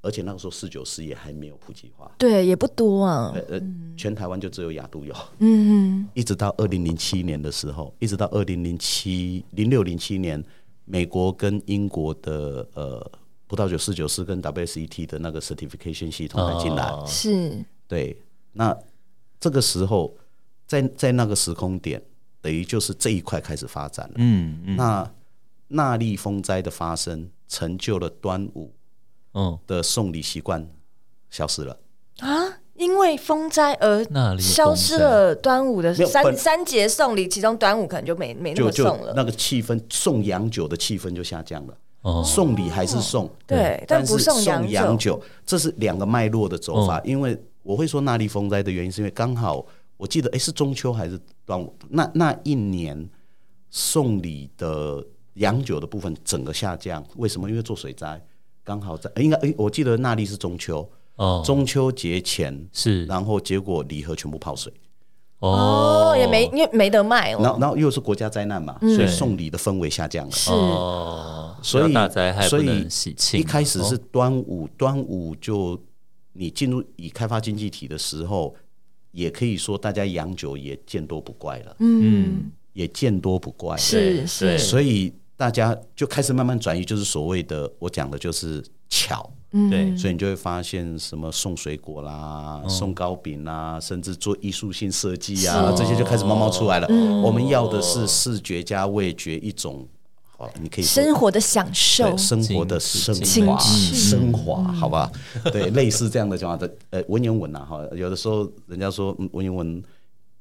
而且那个时候四九四也还没有普及化，对也不多啊哦呃，呃，全台湾就只有雅都有，嗯，一直到二零零七年的时候，一直到二零零七零六零七年，美国跟英国的呃葡萄酒四 E 嗯九四跟 WSET 的那个 certification 系统才进来，哦是对，那这个时候，在在那个时空点，等于就是这一块开始发展了。嗯嗯那那粒风灾的发生，成就了端午嗯，的送礼习惯消失了。啊，因为风灾而那里消失了端午的没有三本三节送礼，其中端午可能就没没那就么就送了。那个气氛，送洋酒的气氛就下降了。哦送礼还是送，哦嗯对，但不是送洋酒。酒，这是两个脉络的走法。嗯因为我会说那粒风灾的原因，是因为刚好我记得，哎，是中秋还是端午？那那一年送礼的洋酒的部分整个下降，为什么？因为做水灾，刚好在诶应该，哎，我记得那粒是中秋，哦中秋节前，是然后结果礼盒全部泡水。哦，也没因为没得卖哦然了后，，然后又是国家灾难嗯嘛，所以送礼的氛围下降了。是哦，所以要大灾害不所以能喜庆，一开始是端午，端午就你进入以开发经济体的时候，也可以说大家洋酒也见多不怪了，嗯，也见多不怪。是对是对，所以大家就开始慢慢转移，就是所谓的我讲的就是巧。嗯对所以你就会发现什么送水果啦、送糕饼啦，甚至做艺术性设计啊，这些就开始猫猫出来了。哦我们要的是视觉加味觉一种，好，你可以说生活的享受对，生活的升精华，致嗯升华，好吧？对，类似这样的讲法的，呃，文言文呐，哈，有的时候人家说嗯文言文。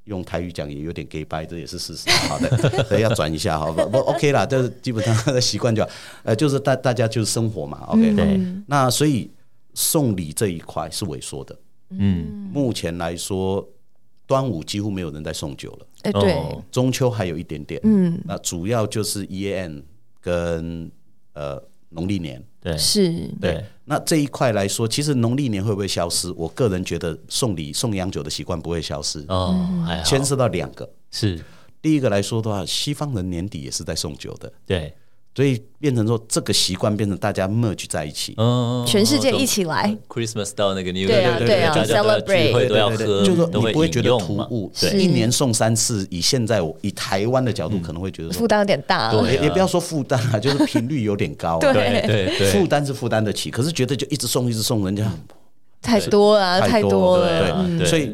用台语讲也有点 gay 掰，这也是事实。好的， 对，要转一下，好吧？不 OK 啦，但是基本上 的习惯就好，呃，就是大大家就是生活嘛，OK 嗯好。对那所以送礼这一块是萎缩的，嗯目前来说，端午几乎没有人在送酒了。哎，对哦，中秋还有一点点，嗯，那主要就是 E N 跟呃农历年，对是对，那这一块来说，其实农历年会不会消失？我个人觉得送礼送洋酒的习惯不会消失，嗯哦还好牵涉到两个。是第一个来说的话，西方人年底也是在送酒的，对，所以变成说这个习惯变成大家 merge 在一起。嗯全世界一起来， Christmas 到那个 New Year，对啊对啊大家都要 celebrate 聚会都要对喝，对，就是说都你不会饮觉得用突嘛兀，是对，一年送三次。以现在我以台湾的嗯角度，可能会觉得负说，担有点大了。对也啊也不要说负担啊，就是频率有点高啊。对对对对，负担是负担得起，可是觉得就一直送一直送，人家太多了，啊呃太多了，对了。啊对，嗯对所以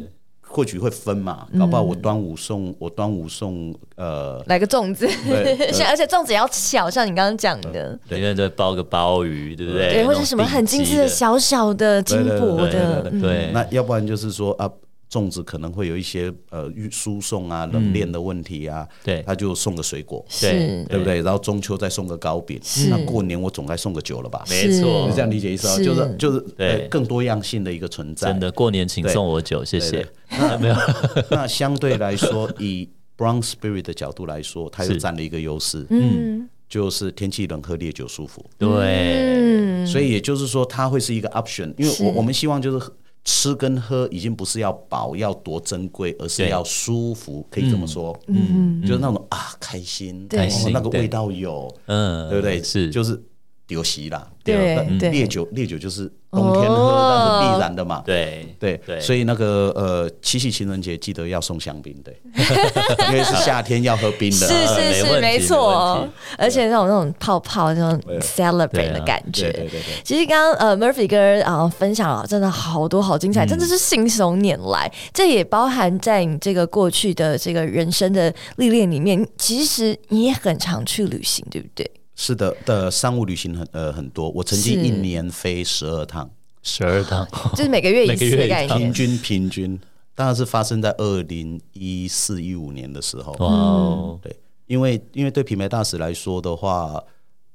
或许会分嘛，搞不好我端午嗯送我端午送呃，来个粽子， 对呃像而且粽子也要小，像你刚刚讲的，里面再包个鲍鱼，对不对？对，或那者种什么很精顶级致的小小的、金箔对对的，嗯对对，那要不然就是说啊，粽子可能会有一些呃运输送啊、冷链的问题啊，嗯对他就送个水果，是对对不对？然后中秋再送个糕饼，那过年我总该送个酒了吧？没错是这，样理解意思啊？是就是就是呃对更多样性的一个存在真。的过年请送我酒，谢谢。 那相对来说，以 Brown Spirit 的角度来说，它又占了一个优势，嗯就是天气冷喝烈酒舒服。对，嗯，所以也就是说，它会是一个 option，因为是我我们希望就是喝吃跟喝已经不是要饱要多珍贵，而是对要舒服，可以这么说，嗯，就是那种啊开心，对开心哦那个对味道有，嗯，对不对？是，就是丢席啦，对吧嗯对哦烈酒烈酒就是冬天喝，那是必然的嘛。对对，对，所以那个呃，七夕情人节记得要送香槟，对， 因为是夏天要喝冰的，是呃是没是，问题没没错问题，而且那种那种泡泡，那种 celebrate 对的啊感觉，对对对对。其实刚刚呃，Murphy 哥啊、呃分享了真的好多好精嗯彩，真的是信手拈来。这也包含在你这个过去的这个人生的历练里面，其实你也很常去旅行，对不对？是的，的商务旅行很呃很多，我曾经是一年飞十二趟，十二 趟，嗯哦就是每个月一每个次月的一概趟念平。均平均，当然是发生在二零一四一五年的时候。哇哦，对，因为因为对品牌大使来说的话，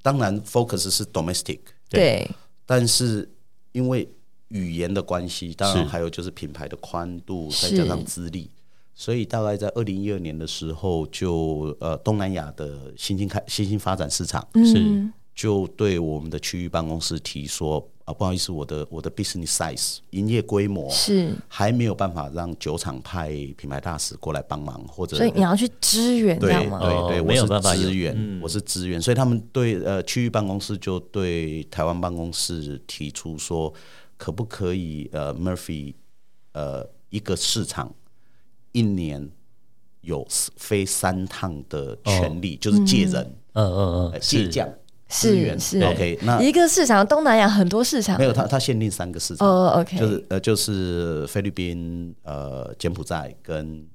当然 focus 是 domestic，对，但是因为语言的关系，当然是还有就是品牌的宽度，是再加上资历。所以大概在二零一二年的时候就，呃东南亚的新兴开新兴发展市场，嗯是就对我们的区域办公室提说啊，不好意思，我的我的 business size 营业规模是，还没有办法让酒厂派品牌大使过来帮忙，或者所以你要去支援，这对样对吗？哦对，没有办我法是有嗯资源，我是资源，所以他们对呃区域办公室就对台湾办公室提出说，可不可以呃 Murphy 呃一个市场一年有飞三趟的权利，就是借人嗯嗯呃嗯，借是将。资源是是 OK，那一个市场，东南亚很多市场没有它它限定三个市场，哦，OK，就是呃就是菲律宾、呃柬埔寨跟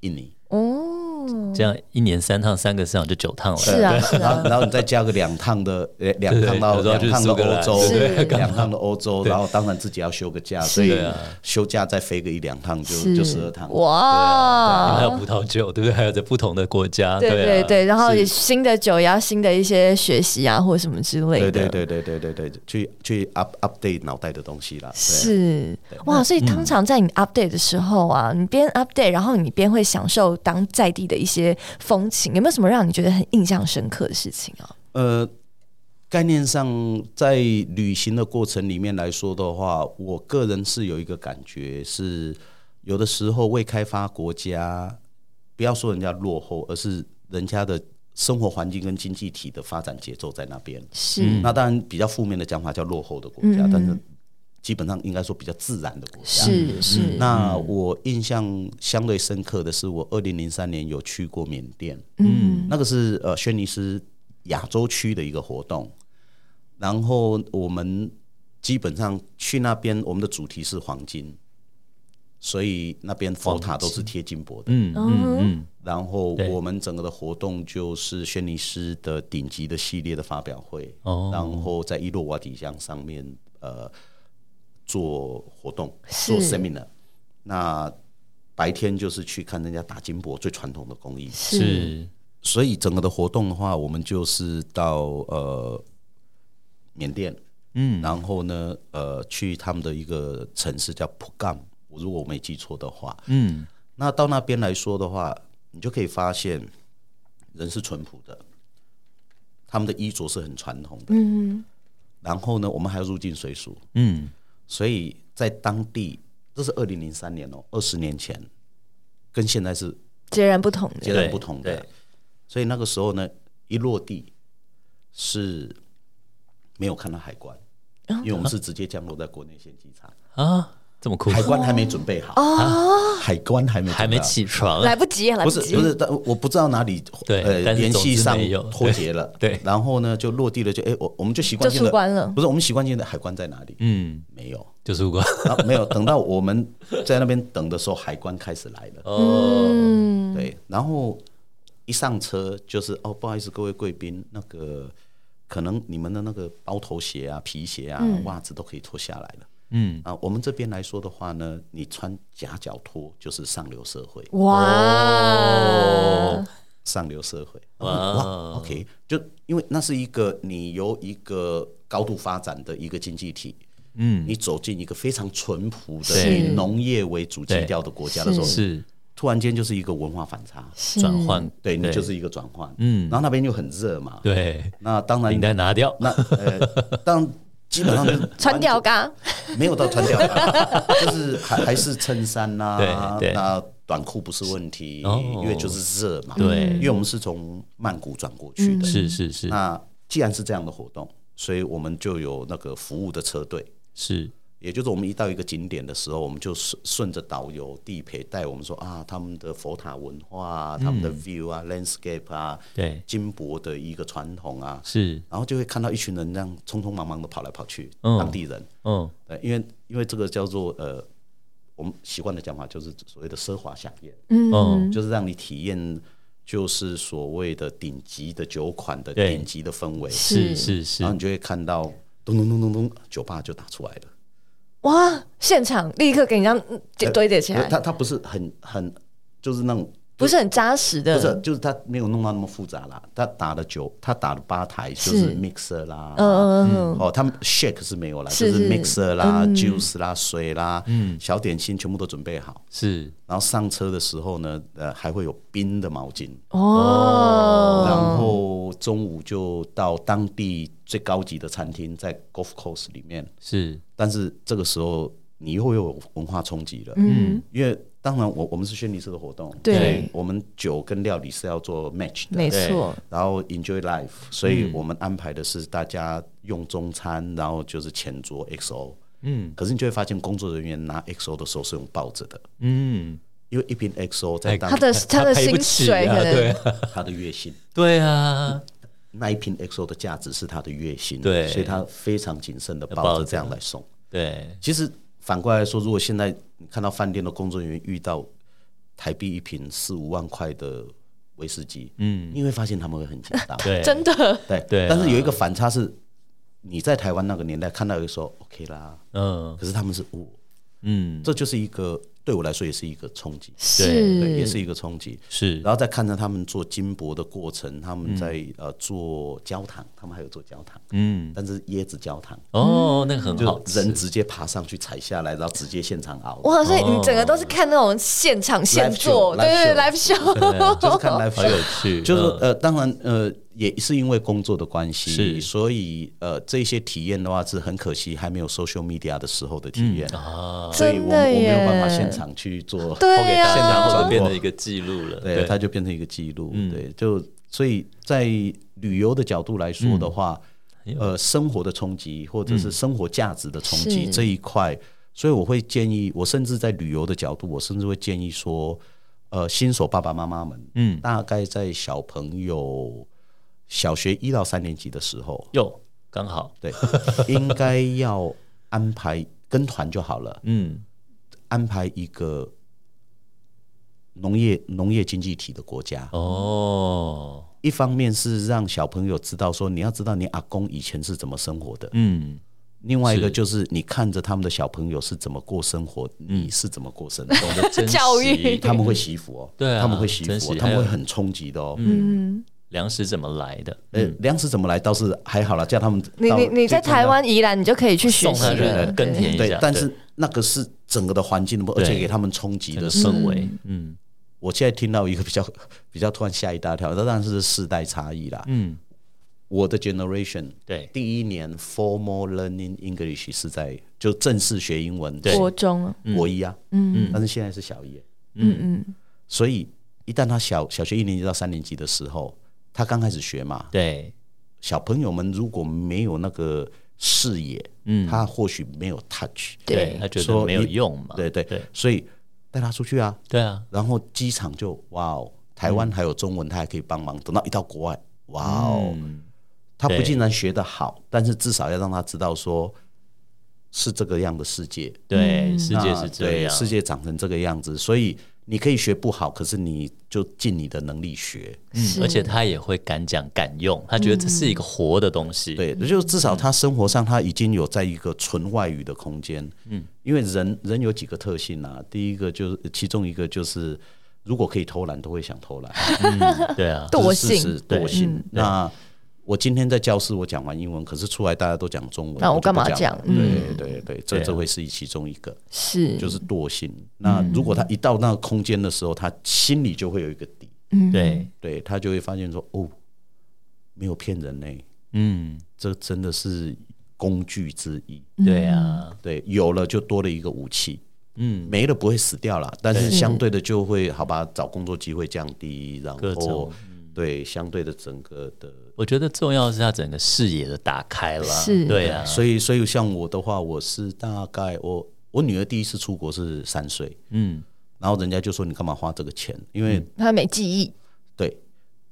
印尼。哦，这样一年三趟，三个市场就九呃趟了。是啊是然啊 后，然后你再加个两趟的，呃两对趟到有时候两去趟的苏格兰欧洲对对，对两趟的欧洲，然后当然自己要休个假，所以对啊休假再飞个一两趟 就就十二趟。啊然后啊还有哇，葡萄酒，对不对？还有在不同的国家，对啊对对，然后是也新的酒也要新的一些学习啊，或者什么之类对的，对对对对对对，去去 up update 脑袋的东西啦。对嗯是哇，所以通常在你 update 的时候啊，你边 update，然后你边会享受当在地的一些风情，有没有什么让你觉得很印象深刻的事情啊？呃，概念上在旅行的过程里面来说的话，我个人是有一个感觉是，有的时候未开发国家，不要说人家落后，而是人家的生活环境跟经济体的发展节奏在那边。是、那当然比较负面的讲法叫落后的国家，但是基本上应该说比较自然的国家。是是、嗯那我印象相对深刻的是，我二零零三年有去过缅甸，嗯，那个是呃轩尼诗亚洲区的一个活动，然后我们基本上去那边，我们的主题是黄金，所以那边佛塔都是贴金箔的，嗯嗯嗯，然后对我们整个的活动就是轩尼诗的顶级的系列的发表会，哦然后在伊洛瓦啊底江上面呃做活动，是做 seminar。那白天就是去看人家打金箔最传统的工艺，是是所以整个的活动的话，我们就是到呃缅甸，嗯，然后呢呃去他们的一个城市叫普甘，我如果我没记错的话，嗯那到那边来说的话，你就可以发现人是淳朴的，他们的衣着是很传统的。嗯。然后呢，我们还要入境随俗，嗯所以在当地，这是二零零三年哦，二十年前，跟现在是截然不同截的，然对不同对的。所以那个时候呢，一落地是没有看到海关，因为我们是直接降落在国内线机场，啊，这么酷，海关还没准备好，啊海关还没准备好哦还没起床， 啊来不及，来不及，是不是，但我不知道哪里对呃但是联总之系上没有脱节了，对对然后呢就落地了，就哎我我们就习惯就性出的关了不是我们习惯性的海关在哪里？嗯，没有，就是如果然啊后没有，等到我们在那边等的时候，海关开始来了，哦，对，然后一上车就是哦不好意思各位贵宾，那个可能你们的那个包头鞋啊、皮鞋啊、袜子都可以脱下来了。嗯，啊，我们这边来说的话呢，你穿夹脚拖就是上流社会，哇、哦上流社会。哇哇 o k 就因为那是一个你由一个高度发展的一个经济体，嗯，你走进一个非常淳朴的对以农业为主基调的国家的时 候，是突然间就是一个文化反差，是转换，对你就是一个转换，嗯然后那边又很热嘛，对，那当然领带拿掉，那呃，当然基本上就是穿吊嘎，没有到穿吊带，就是还还是衬衫呐、对对那短裤不是问题，哦因为就是热嘛。对嗯因为我们是从曼谷转过去的。是是是那既然是这样的活动，所以我们就有那个服务的车队，是，也就是我们一到一个景点的时候，我们就顺顺着导游地陪带我们说啊，他们的佛塔文化啊，他们的 view 啊、landscape 啊，嗯对，金箔的一个传统啊，是，然后就会看到一群人这样匆匆忙忙的跑来跑去，嗯当地人。嗯，对，呃因为因为这个叫做呃，我们习惯的讲法就是所谓的奢华飨宴，哦嗯，就是让你体验就是所谓的顶级的酒款的对顶级的氛围，是是是然后，你就会看到咚咚咚咚咚，酒吧就打出来了。哇，现场立刻给你这样嗯呃堆堆叠起来，它它不是很很就是那种。不是很扎实的，不是，就是它没有弄到那么复杂啦。它打的酒，它打的吧台就是是 mixer 啦，嗯哦，他们 shake 是没有啦，是嗯就是是 mixer 啦、juice 啦、水啦，嗯小点心全部都准备好。是然后上车的时候呢，呃，还会有冰的毛巾，哦，然后中午就到当地最高级的餐厅，在 Golf Course 里面。是，但是这个时候你又有文化冲击了，嗯，因为当然我我们是轩尼诗的活动，对所以我们酒跟料理是要做 match 的，没错，然后 enjoy life，所以我们安排的是大家用中餐，然后就是前桌 XO，嗯，可是你就会发现工作人员拿 XO 的时候是用抱着的，嗯，因为一瓶 XO 在当 他的他的赔不薪起水啊可能 对啊他的月薪，对啊，那一瓶 XO 的价值是它的月薪，对所以它非常谨慎的抱抱着着这样来送。对，其实反过来说，如果现在你看到饭店的工作人员遇到台币一瓶四五万块的威士忌，嗯，你会发现他们会很紧张，对，真的，对对啊但是有一个反差是，你在台湾那个年代看到有说 OK 啦，嗯可是他们是我，嗯，这就是一个对我来说也是一个冲击，对，也是是一个冲击。是然后再看着他们做金箔的过程，他们在、呃做焦糖，他们还有做焦糖，嗯，但是椰子焦糖，哦，那个很好就吃，人直接爬上去采下来，然后直接现场熬。哇！所以你整个都是看那种现场现做，哦 Live show，对对对 live ，live show，就是看 live 好有 show，趣， 就是嗯呃，当然呃，也是因为工作的关是系，所以呃，这些体验的话是很可惜，还没有 social media 的时候的体验，啊，所以我真们的我没耶有办法现场去做，对啊给呀大家现场会不转会变播成一个记录了，对，啊它就变成一个记录。对，就所以在旅游的角度来说的话，呃，生活的冲击或者是生活价值的冲击是这一块，所以我会建议，我甚至在旅游的角度，我甚至会建议说，呃，新手爸爸妈妈们，嗯，大概在小朋友小学一到三年级的时候，哟，刚好，对， 应该要安排跟团就好了，嗯，安排一个。农业农业经济体的国家，哦，一方面是让小朋友知道说，你要知道你阿公以前是怎么生活的；嗯，另外一个是就是你看着他们的小朋友是怎么过生活，你是怎么过生活 的。珍惜教育他们会惜福哦，对啊他们会惜珍福哦、惜他们还会有嗯很冲击的哦。嗯，粮食怎么来的，呃，粮食怎么来倒是还好啦，叫他们你到你你在最重要台湾宜兰，你就可以去学送习他去了，耕田一对下，，但是那个是整个的环境的不，而对且给他们冲击整的个是，氛围，嗯我现在听到一个比较 比较突然吓一大跳，那当然是世代差异啦。嗯，我的 generation 对，第一年 formal learning English 是在就正式学英文，对国中啊，国一啊，嗯但是现在是小一耶，嗯嗯，所以一旦他小小学一年级到三年级的时候，他刚开始学嘛，对，小朋友们如果没有那个视野，嗯，他或许没有 touch，对对他觉得说没有你用嘛，对对对所以带他出去啊，对啊，然后机场就哇嗯哦，台湾还有中文，他还可以帮忙，等到一到国外，哇哦，嗯，他不对竟然学得好，但是至少要让他知道说。是这个样的世界，对，世界啊是这对样，世界长成这个样子，所以你可以学不好，可是你就尽你的能力学。是嗯而且他也会敢讲敢用，他觉得这是一个活的东西，对，就至少他生活上他已经有在一个纯外语的空间。嗯，因为人人有几个特性啊，第一个就是其中一个就是，如果可以偷懒，都会想偷懒，嗯对啊， 惰这是事性实惰性。嗯那我今天在教室我讲完英文，可是出来大家都讲中文，那我就不干嘛讲了？讲对对对，这对啊这会是其中一个。是，就是惰性。那如果他一到那个空间的时候，他心里就会有一个底，嗯对，对他就会发现说，哦，没有骗人呢、嗯，这真的是工具之一。对嗯啊，对，有了就多了一个武器，嗯，没了不会死掉啦，但是相对的就会好吧，找工作机会降低，然各后种对相对的整个的。我觉得重要的是他整个视野的打开了，是对啊， 所以，所以像我的话，我是大概我我女儿第一次出国是三岁，嗯，然后人家就说你干嘛花这个钱？因为他没记忆，对，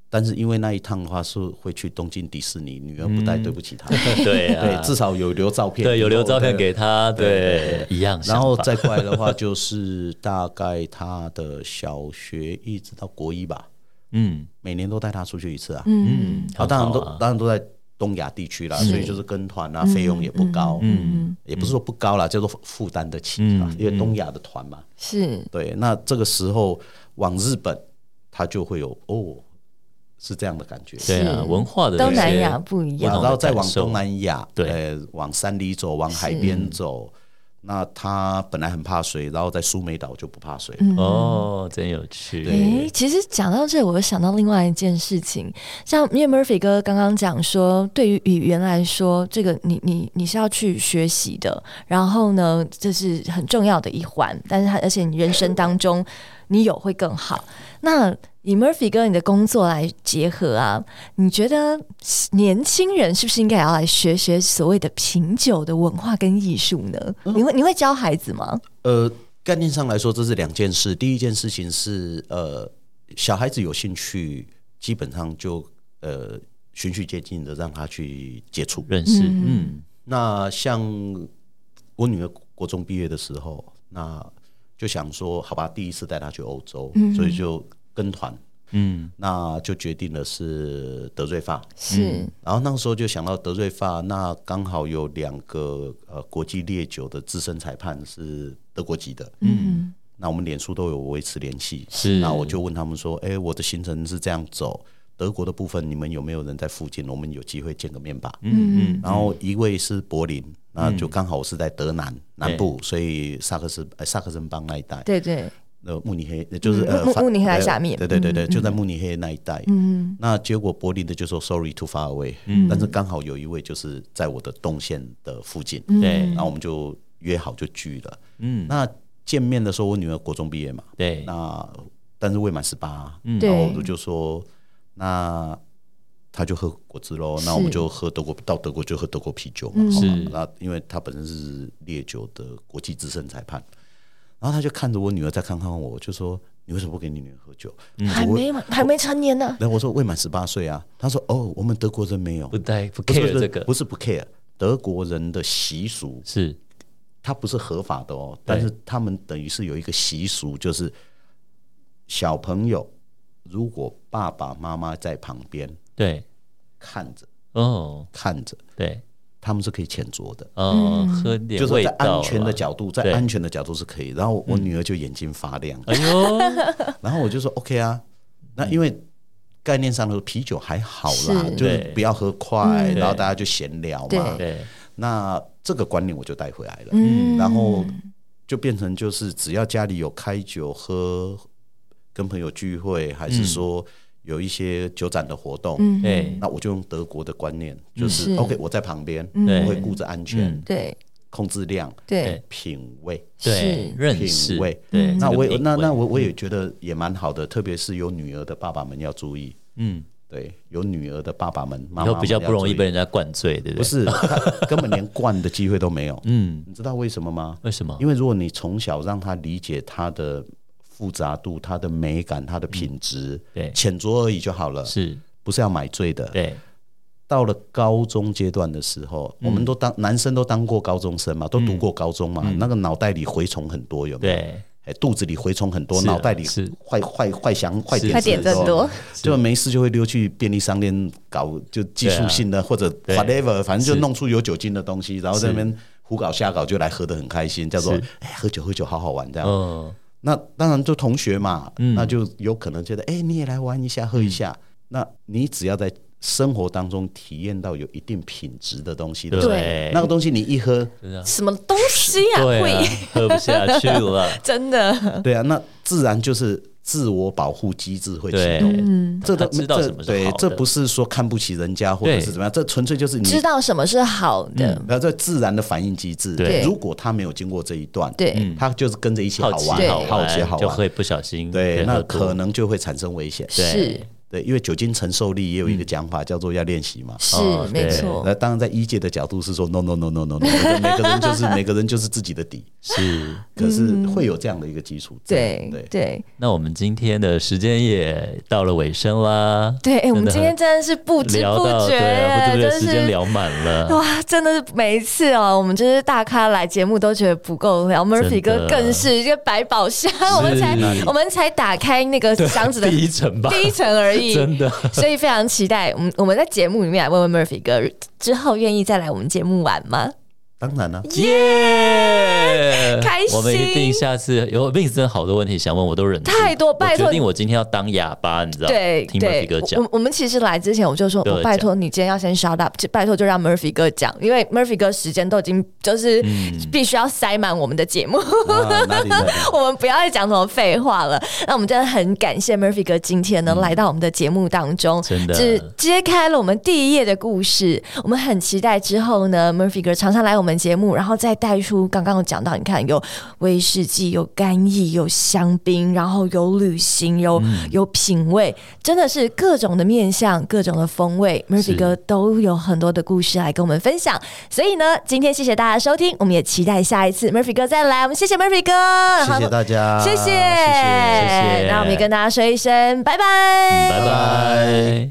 但是因为那一趟的话是会去东京迪士尼，女儿不带，对不起她。 对啊对，，至少有留照片。对，有留照片给她。他，对对，一样想然法，后再过来的话，就是大概她的小学一直到国一吧，嗯每年都带她出去一次啊。嗯，啊，当然都很好啊当然都在东亚地区啦，所以就是跟团啊，费用也不高，嗯，也不是说不高啦，叫做负担得起嗯啦，因为东亚的团嘛，是对。那这个时候往日本，她就会有哦，是这样的感觉。对啊，是文化的东这些南亚不一不样同，然的后再感往受东南亚，对呃，往山里走，往海边走。那他本来很怕水，然后在苏梅岛就不怕水。哦，真有趣，诶，其实讲到这，我又想到另外一件事情，像因为 Murphy 哥刚刚讲说，对于语言来说，这个你你你是要去学习的，然后呢，这是很重要的一环，但是他而且你人生当中你有会更好。那以 Murphy 跟你的工作来结合啊，你觉得年轻人是不是应该也要来学学所谓的品酒的文化跟艺术呢？嗯你会你会教孩子吗？呃，概念上来说，这是两件事。第一件事情是，呃，小孩子有兴趣，基本上就呃循序渐进的让他去接触。认识，嗯，那像我女儿国中毕业的时候，那就想说，好吧，第一次带她去欧洲，所以就跟团，嗯，那就决定了是德瑞发，是然后那时候就想到德瑞发，那刚好有两个呃国际烈酒的资深裁判是德国籍的，嗯，那我们脸书都有维持联系，是那我就问他们说，哎、我的行程是这样走，德国的部分你们有没有人在附近？我们有机会见个面吧，嗯嗯，然后一位是柏林，那就刚好我是在德南、南部，所以萨克斯呃萨克森邦那一带，对对，呃，慕尼黑，就是、嗯呃慕法慕尼黑呃下面嗯对对对对，就在慕尼黑那一带。嗯，那结果柏林的就说 sorry too far away，嗯，但是刚好有一位就是在我的动线的附近，嗯对然后我们就约好就聚了。嗯，那见面的时候，我女儿国中毕业嘛，对，那但是未满十八，嗯，对然后我就说那。她就喝果汁喽，那我们是嗯就喝德国，到德国就喝德国啤酒嘛。好是吧那因为她本身是烈酒的国际资深裁判，然后他就看着我女儿，再看看我，嗯就说：“你为什么不给你女儿喝酒？”还没嘛还没成年呢，然后我说：“未满十八岁啊。”他说：“哦，我们德国人没有，不带不不是 care 这个不是不 care，德国人的习俗，是它不是合法的哦，但是他们等于是有一个习俗，就是小朋友如果爸爸妈妈在旁边对看着哦，看着，对他们是可以谴责的。”哦，嗯喝点就是味在道啊安全的啦，角度，在对嗯安全的角度是可以。然后我女儿就眼睛发亮，哎呦， 然后我就说 OK 啊，那因为概念上的啤酒还好啦，是嗯就是对不要喝快，对然后大家就闲聊嘛对。对，那这个观念我就带回来了，嗯然后就变成就是只要家里有开酒喝，跟朋友聚会，还嗯是说有一些酒展的活动，嗯哎，那我就用德国的观念，就是、是 OK，我在旁边，对我会顾着安全、嗯对控制量、对品味。对是，认识品味，对，那这个我也品那味嗯那我我也觉得也蛮好的，特别是有女儿的爸爸们要注意，嗯，对，有女儿的爸爸们，妈以妈后们比较不容易要注被意人家灌醉，对不对？不是他根本连灌的机会都没有，嗯，你知道为什么吗？为什么？因为如果你从小让他理解他的复杂度、他的美感、他的品质，对浅酌而已就好了，是，不是要买醉的。对，到了高中阶段的时候，我们都当男生都当过高中生嘛，都读过高中嘛，那个脑袋里蛔虫很多，有没有？对，哎，肚子里蛔虫很多，是啊脑袋里是坏坏坏想坏点快点子哦更多，就没事就会溜去便利商店搞就技术性的、或者对 whatever，反正就弄出有酒精的东西，然后在那边胡搞瞎搞，就来喝得很开心，叫做哎喝酒喝酒好好玩这样。嗯，那当然就同学嘛，那就有可能觉得哎、你也来玩一下喝一下。嗯那你只要在生活当中体验到有一定品质的东西的时候，对啊嗯那个东西你一喝，什么东西呀？对啊会，嗯 喝不下去 了，真的对啊，那自然就是自我保护机制会启对动。，这他都知道这什么是对好，这的不是说看不起人家或者对是怎么样，这纯粹就是你嗯知道什么是好嗯的，然后这自然的反应机制。对如果他没有经过这一段，嗯对，他就是跟着一起好好奇玩、好好奇、好就玩。会不小心对，给那喝多可能就会产生危险。是对，因为酒精承受力也有一个讲法，叫做要练习嘛。是哦没对错那，当然，在医界的角度是说，no no no no no no，每 个人就是每个人就是自己的底，是。可是会有这样的一个基础在。嗯对对，对那我们今天的时间也到了尾声啦，对，哎，我们真的今天真的是不知聊不到觉，对啊，不知不觉真时间是聊满 了，哇，真的是每一次哦，我们这些大咖来节目都觉得不够聊，Murphy 真的哥更是一个百宝箱，我们才我们才打开那个箱子的 第一层吧，第一层而已， 真的。 所以非常期待，我们我们在节目里面来问问 Murphy 哥，之后愿意再来我们节目玩吗？当然啊了，耶开心我们一定下次有 Vince 真的好多问题想问，我都忍住太多拜托我决定我今天要当哑巴，你知道？对听对 Murphy 哥，讲，我我们其实来之前我就说，对我拜托你今天要先 shut up，就拜托就让 Murphy 哥讲，因为 Murphy 哥时间都已经就是嗯必须要塞满我们的节目，啊哪里哪 里。我们不要再讲什么废话了。那我们真的很感谢 Murphy 哥今天能来到我们的节目当中，嗯真的只揭开了我们第一页的故事。我们很期待之后呢，Murphy 哥常常来我们节目，然后再带出刚刚有讲到，你看有威士忌，有干邑，有香槟，然后有旅行，有、嗯有品味，真的是各种的面相，各种的风味是，Murphy 哥都有很多的故事来跟我们分享。所以呢，今天谢谢大家收听，我们也期待下一次 Murphy 哥再来。我们谢谢 Murphy 哥，谢谢大家，谢谢，谢谢谢。谢嗯那我们也跟大家说一声拜拜，拜拜。